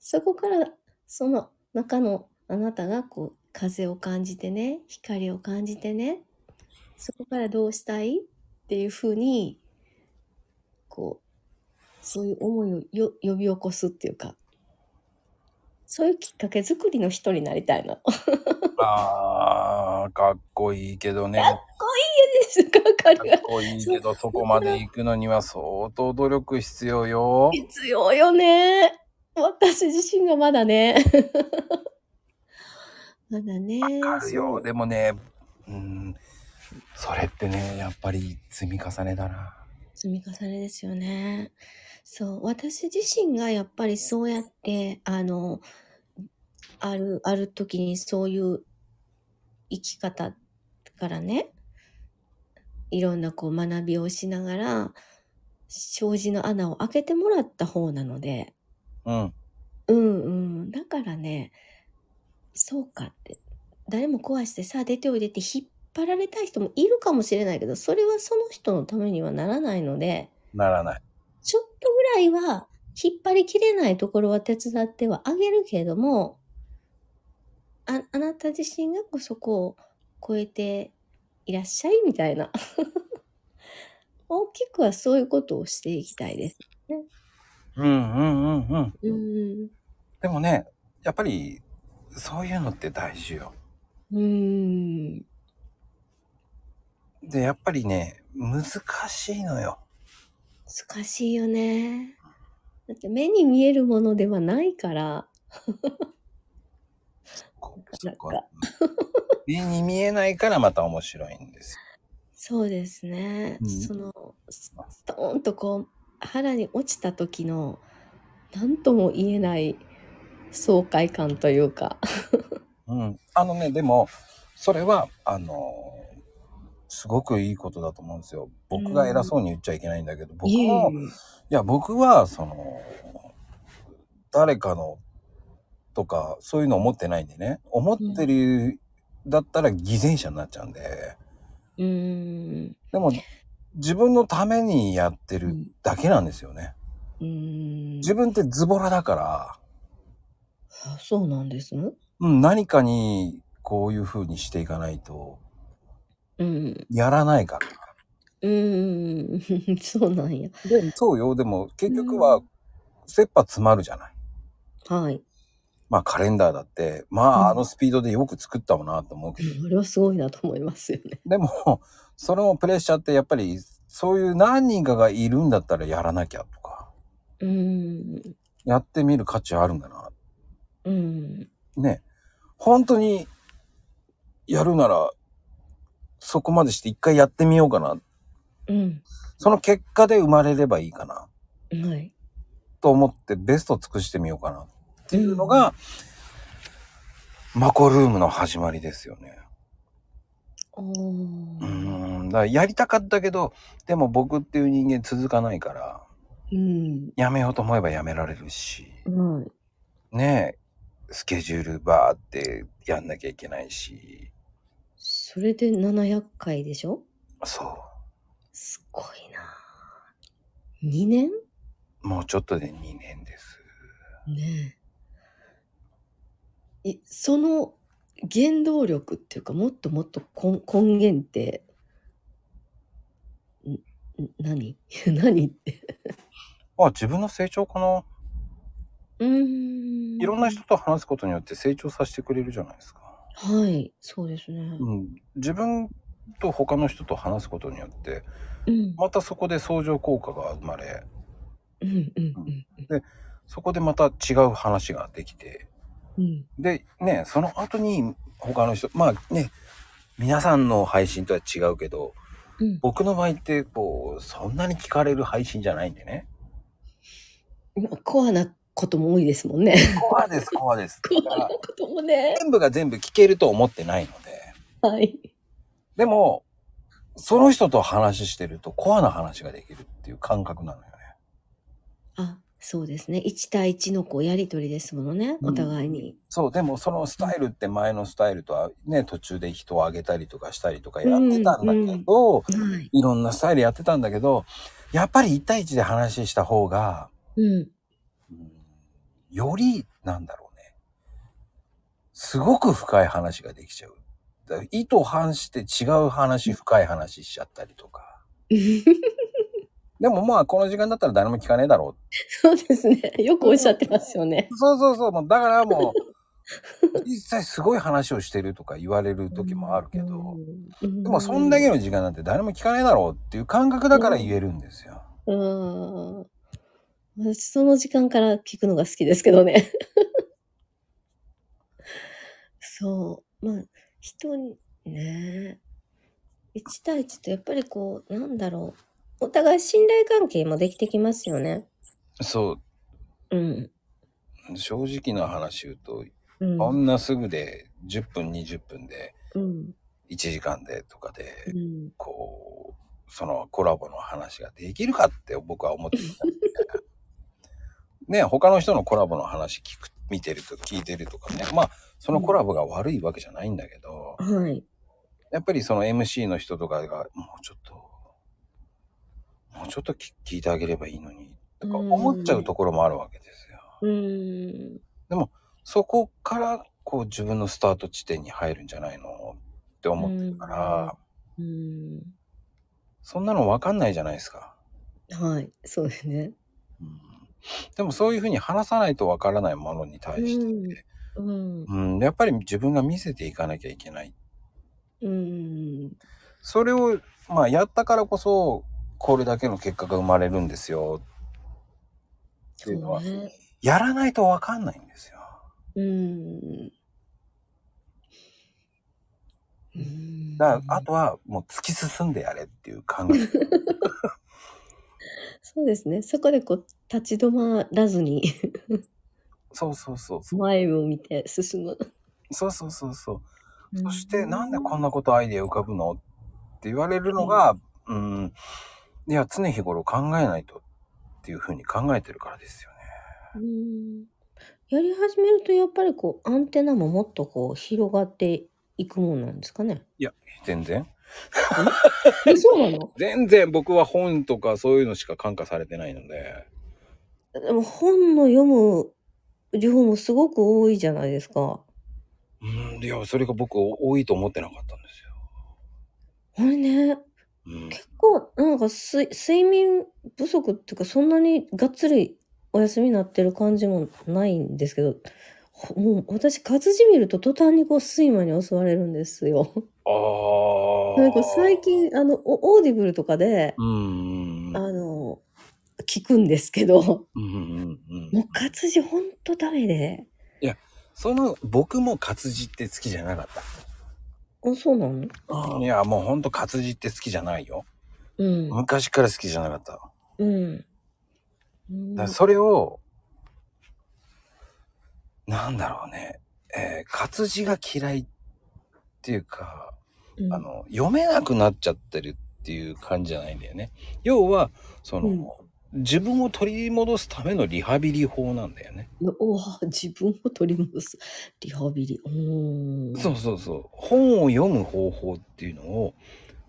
[SPEAKER 2] そこからその中のあなたがこう風を感じてね光を感じてねそこからどうしたいっていうふうにこうそういう思いをよ呼び起こすっていうかそういうきっかけ作りの 人になりたいな。
[SPEAKER 1] あー、かっこいいけど ね。
[SPEAKER 2] か
[SPEAKER 1] かっこいいけ ど、そこまで行くのには相当努力必要よ。
[SPEAKER 2] 必要よね。私自身がまだね。 まだね。
[SPEAKER 1] わかる
[SPEAKER 2] そ
[SPEAKER 1] よ。
[SPEAKER 2] う
[SPEAKER 1] でもね、うん、それってね、やっぱり積み重ねだな。
[SPEAKER 2] 積み重ねですよね。そう。私自身がやっぱりそうやって、あの、ある、ある時にそういう生き方からね、いろんなこう学びをしながら、障子の穴を開けてもらった方なので、
[SPEAKER 1] うん。
[SPEAKER 2] うんうん。だからね、そうかって。誰も壊してさ、出ておいでって引っ張られたい人もいるかもしれないけど、それはその人のためにはならないので、
[SPEAKER 1] ならない。
[SPEAKER 2] ちょっとぐらいは引っ張りきれないところは手伝ってはあげるけれども、ああなた自身がこうそこを超えていらっしゃいみたいな。 大きくはそういうことをしていきたいです。
[SPEAKER 1] うんうんうんうん。
[SPEAKER 2] うん。
[SPEAKER 1] でもね、やっぱり、そういうのって大事よ。
[SPEAKER 2] うん。
[SPEAKER 1] で、やっぱりね、難しいのよ。
[SPEAKER 2] 難しいよね。だって目に見えるものではないから。
[SPEAKER 1] こ
[SPEAKER 2] な
[SPEAKER 1] そ
[SPEAKER 2] んか
[SPEAKER 1] こは目に見えないからまた面白いんです
[SPEAKER 2] そうですね。
[SPEAKER 1] うん
[SPEAKER 2] その、スストーンとこう、腹に落ちた時の、何とも言えない爽快感というか。
[SPEAKER 1] よ。うん。あのね、でも、それは、あのすごくいいことだと思うんですよ。僕が偉そうに言っちゃいけないんだけど、僕
[SPEAKER 2] いえいえ
[SPEAKER 1] も、いや、僕は、その、誰かのとか、そういうの思ってないんでね、思ってる、だったら偽善者になっちゃうんで、
[SPEAKER 2] うーん。
[SPEAKER 1] でも、自分のためにやって
[SPEAKER 2] う
[SPEAKER 1] る
[SPEAKER 2] ん
[SPEAKER 1] だけなんですよね。
[SPEAKER 2] うーん。
[SPEAKER 1] 自分ってズボラだから、
[SPEAKER 2] あそうなんですね。
[SPEAKER 1] うん、何かにこういう風にしていかないと、
[SPEAKER 2] うん。
[SPEAKER 1] やらないから。
[SPEAKER 2] うーん。 そうなんや。
[SPEAKER 1] で、そうよ、でも結局は、切羽詰まるじゃない。
[SPEAKER 2] はい。
[SPEAKER 1] まあカレンダーだって、ま
[SPEAKER 2] うん
[SPEAKER 1] ああのスピードでよく作ったもんなと思うけど、
[SPEAKER 2] あれはすごいなと思いますよね。
[SPEAKER 1] でも、 そのプレッシャーってやっぱり、そういう何人かがいるんだったらやらなきゃとか、
[SPEAKER 2] うーん。
[SPEAKER 1] やってみる価値あるんだな。
[SPEAKER 2] うん。
[SPEAKER 1] ね。本当に、やるなら、そこまでして一回やってみようかな。
[SPEAKER 2] うん。
[SPEAKER 1] その結果で生まれればいいかな。
[SPEAKER 2] はい。
[SPEAKER 1] と思ってベストを尽くしてみようかな。っていうのが、マコルームの始まりですよね。
[SPEAKER 2] お
[SPEAKER 1] う
[SPEAKER 2] ー
[SPEAKER 1] ん。だからやりたかったけど、でも僕っていう人間続かないから、
[SPEAKER 2] うん。
[SPEAKER 1] やめようと思えばやめられるし、
[SPEAKER 2] はい。
[SPEAKER 1] ねえ、スケジュールバーってやんなきゃいけないし、
[SPEAKER 2] それで700回でしょ
[SPEAKER 1] そ
[SPEAKER 2] すごいなぁ。2年
[SPEAKER 1] う。もうちょっとで2年です。
[SPEAKER 2] ねえ。いその原動力っていうか、もっともっと根根源って、んん何 何って。
[SPEAKER 1] あ、自分の成長かな。
[SPEAKER 2] うー
[SPEAKER 1] い
[SPEAKER 2] ん。
[SPEAKER 1] ろんな人。と話すことによって成長させてくれるじゃないですか。
[SPEAKER 2] はい、そうですね。
[SPEAKER 1] うん、自分と他の人と話すことによって
[SPEAKER 2] うん。
[SPEAKER 1] またそこで相乗効果が生まれ
[SPEAKER 2] うんうんうん
[SPEAKER 1] そこでまた違う話ができて
[SPEAKER 2] うん。
[SPEAKER 1] でねその後に他の人まあね皆さんの配信とは違うけど
[SPEAKER 2] うん
[SPEAKER 1] 僕の場合ってこうそんなに聞かれる配信じゃないんで ね
[SPEAKER 2] まあコアなことも多いですもんね。
[SPEAKER 1] コアですコアです
[SPEAKER 2] コ
[SPEAKER 1] だ
[SPEAKER 2] ア
[SPEAKER 1] から
[SPEAKER 2] なこともね。
[SPEAKER 1] 全部が全部聞けると思ってないので
[SPEAKER 2] はい。
[SPEAKER 1] でもその人と話してるとコアな話ができるっていう感覚なのよね
[SPEAKER 2] あ、そうですね。1対1のこうやりとりですものね、
[SPEAKER 1] うん
[SPEAKER 2] お互いに。
[SPEAKER 1] そう、でもそのスタイルって前のスタイルとはね、途中で人をあげたりとかしたりとかやってたんだけど、
[SPEAKER 2] はい。
[SPEAKER 1] いろんなスタイルやってたんだけど、やっぱり1対1で話した方が、
[SPEAKER 2] うん。
[SPEAKER 1] うんより、なんだろうね、すごく深い話ができちゃう。だから意図反して違う話、深い話しちゃったりとか。でもまあ、この時間だったら誰も聞かねえだろ
[SPEAKER 2] そうですね。よくおっしゃってますよね。
[SPEAKER 1] う。そうそうそう、もうだからもう、実際すごい話をしてるとか言われる時もあるけど、
[SPEAKER 2] うん。
[SPEAKER 1] でもそんだけ
[SPEAKER 2] の。
[SPEAKER 1] の時間なんて誰も聞かねえだろうっていう感覚だから言えるんですよ。
[SPEAKER 2] うん。私、その時間から聞くのが好きですけどね。 そう。まあ、人に、ねえ。1対1ってやっぱりこう、なんだろう。お互い信頼関係もできてきますよね。
[SPEAKER 1] そ
[SPEAKER 2] うん。
[SPEAKER 1] う正直な話言うと、
[SPEAKER 2] うん。
[SPEAKER 1] こんなすぐで10分20分で
[SPEAKER 2] うん。
[SPEAKER 1] 1時間でとかで、
[SPEAKER 2] うん
[SPEAKER 1] こうそのコラボの話ができるかって僕は思っていたんでね他の人のコラボの話聞く見てると聞いてるとかねまあそのコラボが悪いわけじゃないんだけど、
[SPEAKER 2] はい。
[SPEAKER 1] やっぱりその MC の人とかがもうちょっともうちょっと聞聞いてあげればいいのにとか思っちゃうところもあるわけですよ。
[SPEAKER 2] うーん。
[SPEAKER 1] そこからこう自分のスタート地点に入るんじゃないのって思ってるから、
[SPEAKER 2] うーん。
[SPEAKER 1] そんなのわかんないじゃないですか。
[SPEAKER 2] はい。そうですね。
[SPEAKER 1] うんでもそういうふうに話さないとわからないものに対して、
[SPEAKER 2] うん。
[SPEAKER 1] うんやっぱり自分が見せていかなきゃいけない。
[SPEAKER 2] うん。
[SPEAKER 1] それを、まあ、やったからこそ、これだけの結果が生まれるんですよ。っていうのは、
[SPEAKER 2] そうね
[SPEAKER 1] やらないとわかんないんですよ。
[SPEAKER 2] うん。うん
[SPEAKER 1] だからあとはもう突き進んでやれっていう考え。
[SPEAKER 2] そうですね。そこでこう、立ち止まらずに
[SPEAKER 1] そうそうそうそ
[SPEAKER 2] 前を見て進
[SPEAKER 1] う。
[SPEAKER 2] む。
[SPEAKER 1] そうそうそうそう。そし
[SPEAKER 2] う
[SPEAKER 1] て、なんでこんなことアイデア浮かぶのって言われるのが、うん、いや、常日頃考えないとっていうふうに考えてるからですよね。
[SPEAKER 2] うんやり始めると、やっぱりこう、アンテナももっとこう、広がっていくもんなんですかね。
[SPEAKER 1] 全然
[SPEAKER 2] え、そうなの
[SPEAKER 1] 全然僕は本とかそういうのしか感化されてないので。
[SPEAKER 2] でも本の読む量もすごく多いじゃないですか。
[SPEAKER 1] うん、いや、それが僕多いと思ってなかったんですよ。
[SPEAKER 2] あれね、
[SPEAKER 1] うん、
[SPEAKER 2] 結構なんか睡睡眠不足っていうかそんなにがっつりお休みになってる感じもないんですけど、ほもう私活字見ると途端にこう睡魔に襲われるんですよ。
[SPEAKER 1] ああ。
[SPEAKER 2] なんか最。近あのオオーディブルとかで、
[SPEAKER 1] うん。うん
[SPEAKER 2] あの聞くんですけど、
[SPEAKER 1] うんうんう
[SPEAKER 2] も
[SPEAKER 1] ん
[SPEAKER 2] う活字ほんとダメで。
[SPEAKER 1] その僕も活字って好きじゃなかった。
[SPEAKER 2] あ、そうなの
[SPEAKER 1] いや、もうほんと活字って好きじゃないよ。
[SPEAKER 2] うん。
[SPEAKER 1] 昔から好きじゃなかった。
[SPEAKER 2] うん。う
[SPEAKER 1] だから
[SPEAKER 2] ん
[SPEAKER 1] それを、なんだろうね。えー活字が嫌いっていうか、
[SPEAKER 2] うん
[SPEAKER 1] あの、読めなくなっちゃってるっていう感じじゃないんだよね。要は、その、
[SPEAKER 2] うん
[SPEAKER 1] 自分を取り戻すためのリハビリ法なんだよね。
[SPEAKER 2] おー自分を取り戻すリハビリお
[SPEAKER 1] そうそうそう。本を読む方法っていうのを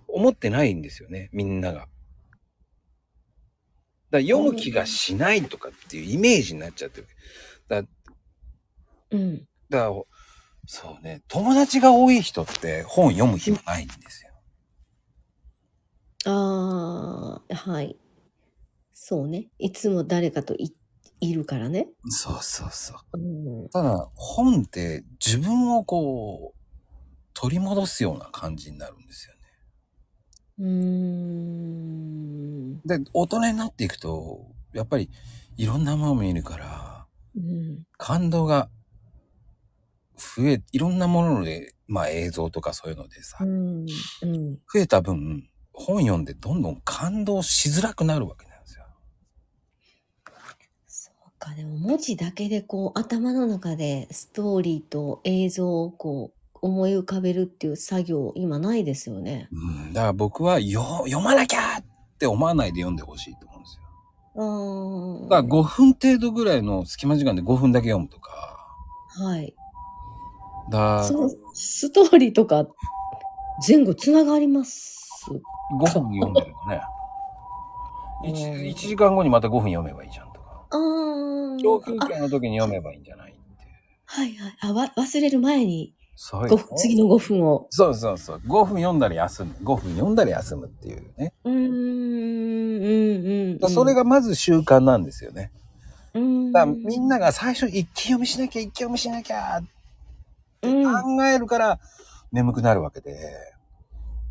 [SPEAKER 1] 思ってないんですよね、みんなが。だから読む気がしないとかっていうイメージになっちゃってる。
[SPEAKER 2] う、うん、
[SPEAKER 1] だから、そうね、友達が多い人って本読む暇ないんですよ。
[SPEAKER 2] ああはいそうねいつも誰かといいるからね、
[SPEAKER 1] そうそうそう。
[SPEAKER 2] うん、
[SPEAKER 1] ただ、本って自分をこう、取り戻すような感じになるんですよ
[SPEAKER 2] うーん
[SPEAKER 1] ね。で、大人になっていくと、やっぱりいろんなもの見るから、
[SPEAKER 2] うん
[SPEAKER 1] 感動が増え、いろんなもので、まあ映像とかそういうのでさ、
[SPEAKER 2] うんうん
[SPEAKER 1] 増えた分、本読んでどんどん感動しづらくなるわけなんですよ。
[SPEAKER 2] そうかでも文字だけでこう頭の中でストーリーと映像をこう思い浮かべるっていう作業今ないですよね。
[SPEAKER 1] うん、だから僕はよ読まなきゃって思わないで読んでほしいと思うんですよ。だ
[SPEAKER 2] あー
[SPEAKER 1] から5分程度ぐらいの隙間時間で5分だけ読むとか、
[SPEAKER 2] はい。
[SPEAKER 1] だから
[SPEAKER 2] そのストーリーとか前後つながります。
[SPEAKER 1] 5分読んでるの ね 1,
[SPEAKER 2] うん
[SPEAKER 1] 時間後にまた5分読めばいいじゃんとか
[SPEAKER 2] あー
[SPEAKER 1] 教訓
[SPEAKER 2] あ
[SPEAKER 1] 会の時に読めばいいんじゃないっていう
[SPEAKER 2] はいはいあわ忘れる前に
[SPEAKER 1] そういう
[SPEAKER 2] ご次の5分を。
[SPEAKER 1] そうそうそう5分読んだら休む5分読んだら休むっていうね
[SPEAKER 2] うーんうんうんう
[SPEAKER 1] だ
[SPEAKER 2] ん。
[SPEAKER 1] それがまず習慣なんですよね
[SPEAKER 2] うーん
[SPEAKER 1] だからみんなが最初一気読みしなきゃ一気読みしなきゃって
[SPEAKER 2] うん
[SPEAKER 1] 考えるから眠くなるわけで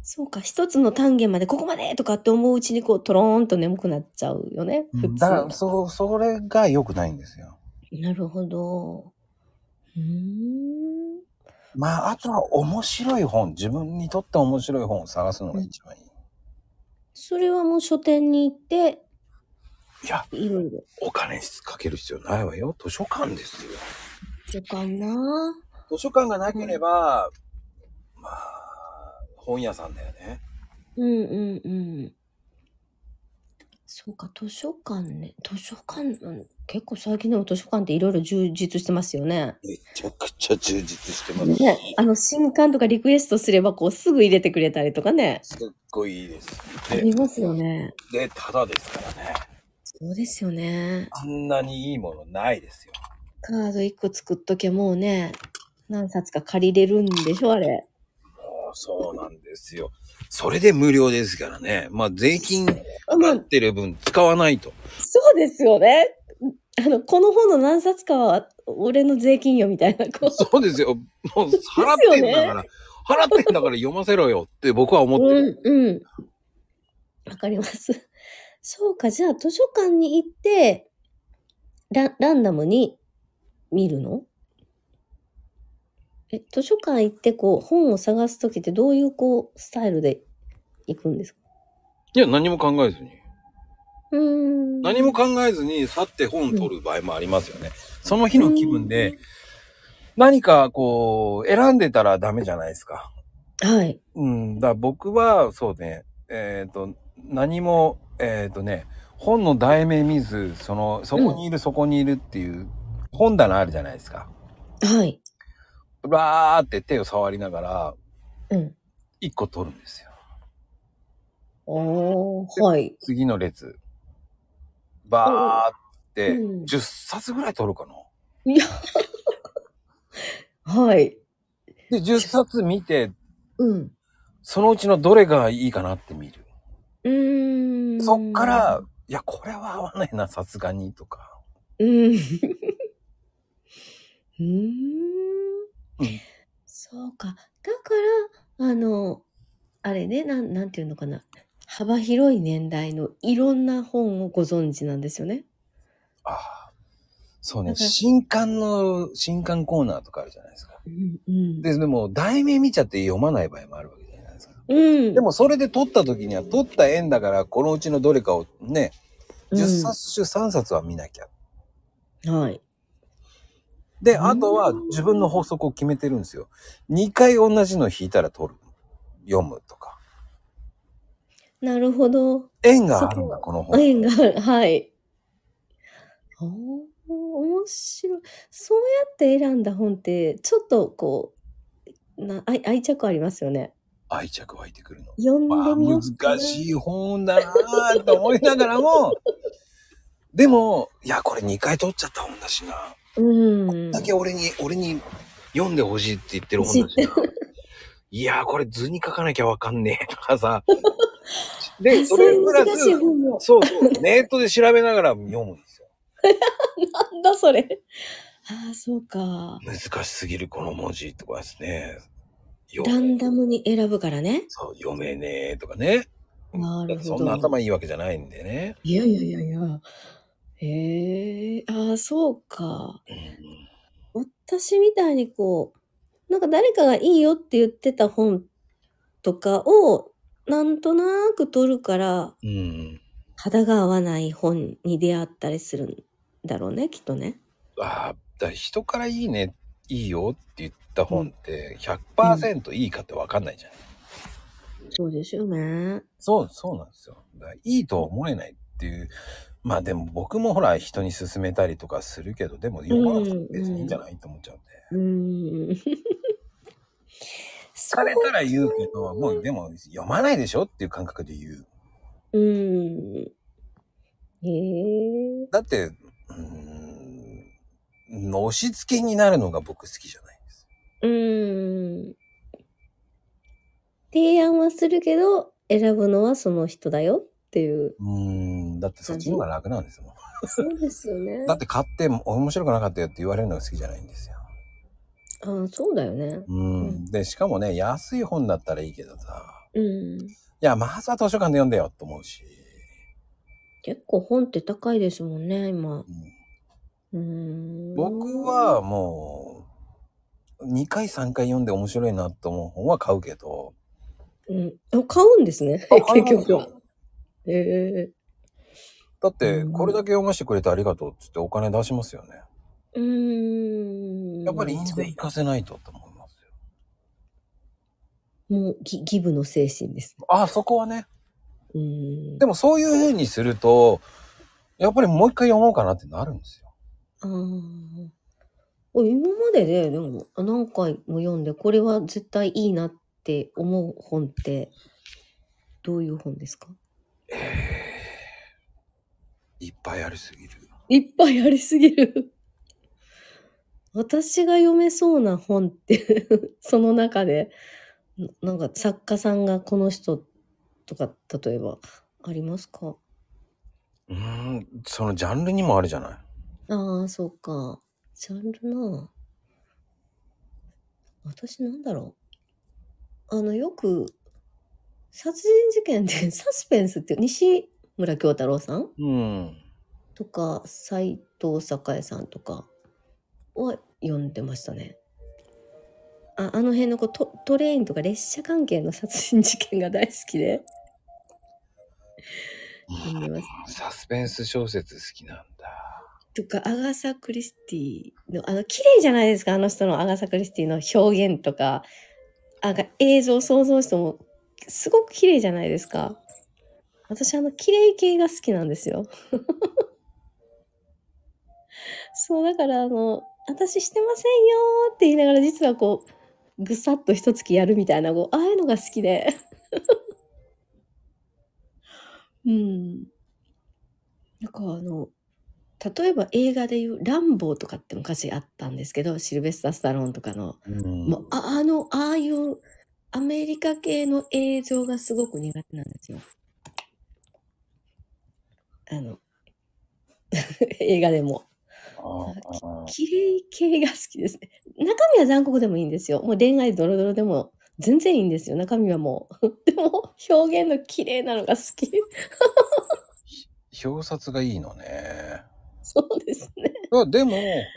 [SPEAKER 2] そうか一つの単元までここまでとかって思ううちにこうトローンと眠くなっちゃうよね普
[SPEAKER 1] だから
[SPEAKER 2] 通。
[SPEAKER 1] そうそれが良くないんですよ
[SPEAKER 2] なるほど。うーん
[SPEAKER 1] まああとは面白い本自分にとって面白い本を探すのが一番いい、
[SPEAKER 2] それはもう書店に行って
[SPEAKER 1] いや
[SPEAKER 2] いろいろ。
[SPEAKER 1] お金かける必要ないわよ。図書館ですよ。
[SPEAKER 2] そうかな。
[SPEAKER 1] 図書館がなければ、まあ、本屋さんだよね。
[SPEAKER 2] うんうんうん。そうか、図書館ね。図書館、うん結構最近でも図書館っていろいろ充実してますよね。
[SPEAKER 1] めちゃくちゃ充実してます。
[SPEAKER 2] ね、あの、新刊とかリクエストすれば、こう、すぐ入れてくれたりとかね。
[SPEAKER 1] すっごいいいです。
[SPEAKER 2] ありますよね。
[SPEAKER 1] で、で、ただですからね。
[SPEAKER 2] そうですよね。
[SPEAKER 1] あんなにいいものないですよ。
[SPEAKER 2] カード1個作っとけもうね、何冊か借りれるんでしょ、あれ。
[SPEAKER 1] もうそうなんですよ。それで無料ですからね。まあ、税金
[SPEAKER 2] あま
[SPEAKER 1] 払
[SPEAKER 2] あ
[SPEAKER 1] ってる分使わないと。
[SPEAKER 2] そうですよね。あの、この本の何冊かは、俺の税金よ、みたいな。こ う
[SPEAKER 1] そうですよ。もう払ってんだから、払ってんだから読ませろよって僕は思ってる。
[SPEAKER 2] うんうん。わかります。 そうか、じゃあ図書館に行って、ラランダムに見るのえ、図書館行ってこう、本を探すときってどういうこう、スタイルで行くんですか
[SPEAKER 1] いや、何も考えずに。
[SPEAKER 2] うーん。
[SPEAKER 1] 何も考えずに去って本取る場合もありますよね。その日の気分で、何かこう、選んでたらダメじゃないですか。
[SPEAKER 2] はい。
[SPEAKER 1] うん、だから僕は、そうね、えっ、と、何も、えっ、とね、本の題名見ず、その、そこにいる、そこにいるっていう、本棚あるじゃないですか。
[SPEAKER 2] はい。
[SPEAKER 1] わーって手を触りながら、
[SPEAKER 2] うん。
[SPEAKER 1] 一個取るんですよ。
[SPEAKER 2] おー、はい。
[SPEAKER 1] 次の列。バーって、
[SPEAKER 2] うん
[SPEAKER 1] 10冊ぐらい取るかな。
[SPEAKER 2] いや、はい。
[SPEAKER 1] で、10冊見て、
[SPEAKER 2] うん。
[SPEAKER 1] そのうちのどれがいいかなって見る。
[SPEAKER 2] うーん。
[SPEAKER 1] そっから、、いや、これは合わないな、さすがに、とか。
[SPEAKER 2] うん。うーん
[SPEAKER 1] うん
[SPEAKER 2] そうか。だから、あの、あれね、なん、なんていうのかな。幅広い年代のいろんな本をご存知なんですよね。
[SPEAKER 1] ああ。そうね
[SPEAKER 2] だ、から
[SPEAKER 1] 新刊の、新刊コーナーとかあるじゃないですか。
[SPEAKER 2] うん。うん。
[SPEAKER 1] で、でも、題名見ちゃって読まない場合もあるわけじゃないですか。
[SPEAKER 2] うん
[SPEAKER 1] で、も、それで取った時には、取った縁だから、このうちのどれかをね、
[SPEAKER 2] うん
[SPEAKER 1] 10冊中3冊は見なきゃ。
[SPEAKER 2] はい。
[SPEAKER 1] で、あとは自分の法則を決めてるんですよ。2回同じの弾いたら取る。読むとか。
[SPEAKER 2] なるほど。
[SPEAKER 1] 縁があるんだ、この本。
[SPEAKER 2] 縁がある。はい。おー面白い。そうやって選んだ本って、ちょっとこう、な愛愛着ありますよね。
[SPEAKER 1] 愛着湧いてくるの。
[SPEAKER 2] 読ん
[SPEAKER 1] まあ
[SPEAKER 2] でみようかな。
[SPEAKER 1] 難しい本だなぁと思いながらも、 でも、いや、これ2回取っちゃった本だしな。
[SPEAKER 2] うん。
[SPEAKER 1] だけ俺に、俺に読んでほしいって言ってる本だしな。いやー、これ図に書かなきゃわかんねえとか さ。で、そ
[SPEAKER 2] そうい
[SPEAKER 1] れ
[SPEAKER 2] う
[SPEAKER 1] プラス、
[SPEAKER 2] 難しい本も。
[SPEAKER 1] そうそう、ネットで調べながら読むんですよ。
[SPEAKER 2] なんだそれ。ああ、そうか。
[SPEAKER 1] 難しすぎるこの文字とかですね。よ
[SPEAKER 2] ランダムに選ぶからね。
[SPEAKER 1] そう、読めねえとかね。
[SPEAKER 2] なるほど
[SPEAKER 1] そんな頭いいわけじゃないんでね。
[SPEAKER 2] いやいやいやいや。へえああ、そうか。
[SPEAKER 1] うん
[SPEAKER 2] 私みたいにこう、なんか誰かがいいよって言ってた本とかを、なんとなく取るから、
[SPEAKER 1] うん。
[SPEAKER 2] 肌が合わない本に出会ったりするんだろうね、きっとね。
[SPEAKER 1] ああ、だから人からいいね、いいよって言った本って100%いいかってわかんないじゃん。
[SPEAKER 2] そうですよね。
[SPEAKER 1] そう、そうなんですよ。だからいいとは思えないっていう。まあでも僕もほら人に勧めたりとかするけど、でも読まなくて別にいいんじゃないと思っちゃうんで。
[SPEAKER 2] うーん。そ
[SPEAKER 1] 疲れたら言うけど、もうでも読まないでしょっていう感覚で言う。
[SPEAKER 2] う。うーん。へえ
[SPEAKER 1] だって、うーん、押し付けになるのが僕好きじゃないんです。
[SPEAKER 2] うーん。提案はするけど、選ぶのはその人だよっていう。
[SPEAKER 1] うーん、だってそっちの方が楽なんですもん。
[SPEAKER 2] そうですよね
[SPEAKER 1] だって買って面白くなかったよって言われるのが好きじゃないんですよ。
[SPEAKER 2] あそうだよね。
[SPEAKER 1] うん。で、しかもね、安い本だったらいいけどさ、
[SPEAKER 2] うん。
[SPEAKER 1] いや、まずは図書館で読んでよと思うし。
[SPEAKER 2] 結構本って高いですもんね、今。
[SPEAKER 1] うん
[SPEAKER 2] うーん。
[SPEAKER 1] 僕は、もう2回3回読んで面白いなと思う本は買うけど
[SPEAKER 2] うん、あ買うんですね、
[SPEAKER 1] あ
[SPEAKER 2] 結
[SPEAKER 1] 買いますよ
[SPEAKER 2] 局は。ええ
[SPEAKER 1] だって
[SPEAKER 2] うん
[SPEAKER 1] これだけ読ませてくれてありがとうっつってお金出しますよね
[SPEAKER 2] うーん。
[SPEAKER 1] やっぱり印税行かせないとと思いますよ
[SPEAKER 2] もうギギブの精神ですね。
[SPEAKER 1] あそこはね
[SPEAKER 2] うーん。
[SPEAKER 1] でもそういう風にするとやっぱりもう一回読もうかなってなるんですよ
[SPEAKER 2] あーお今までで、でも何回も読んで、これは絶対いいなって思う本って、どういう本ですか
[SPEAKER 1] いっぱいありすぎる
[SPEAKER 2] いっぱいありすぎる。私が読めそうな本って、 その中で、ななんか作家さんがこの人とか、例えば、ありますか
[SPEAKER 1] うーんそのジャンルにもあるじゃない
[SPEAKER 2] ああ、そうか。ジャンルなあ私なんだろう。あの、よく、殺人事件で サスペンスって、西村京太郎さん
[SPEAKER 1] うん
[SPEAKER 2] とか、斎藤栄さんとかは読んでましたね。ああの辺のこうトトレインとか列車関係の殺人事件が大好きで読んでました
[SPEAKER 1] サスペンス小説好きなんだ
[SPEAKER 2] とか、アガサ・クリスティの、あの、綺麗じゃないですか、あの人のアガサ・クリスティの表現とか、あが映像、想像しても、すごく綺麗じゃないですか。私、あの、綺麗系が好きなんですよ。 そう、だから、あの、私してませんよーって言いながら、実はこう、ぐさっと一月やるみたいな、こう、ああいうのが好きで。 うん。なんか、あの、例えば映画でいう「ランボー」とかって昔あったんですけどシルベスター・スタローンとかの、
[SPEAKER 1] うん
[SPEAKER 2] もうああのああいうアメリカ系の映像がすごく苦手なんですよ。あの 映画でも
[SPEAKER 1] あーあー
[SPEAKER 2] 綺麗系が好きですね。中身は残酷でもいいんですよ。もう恋愛ドロドロでも全然いいんですよ。中身はもう。 でも表現の綺麗なのが好き。
[SPEAKER 1] 表札がいいのね
[SPEAKER 2] そうですね。
[SPEAKER 1] いやでも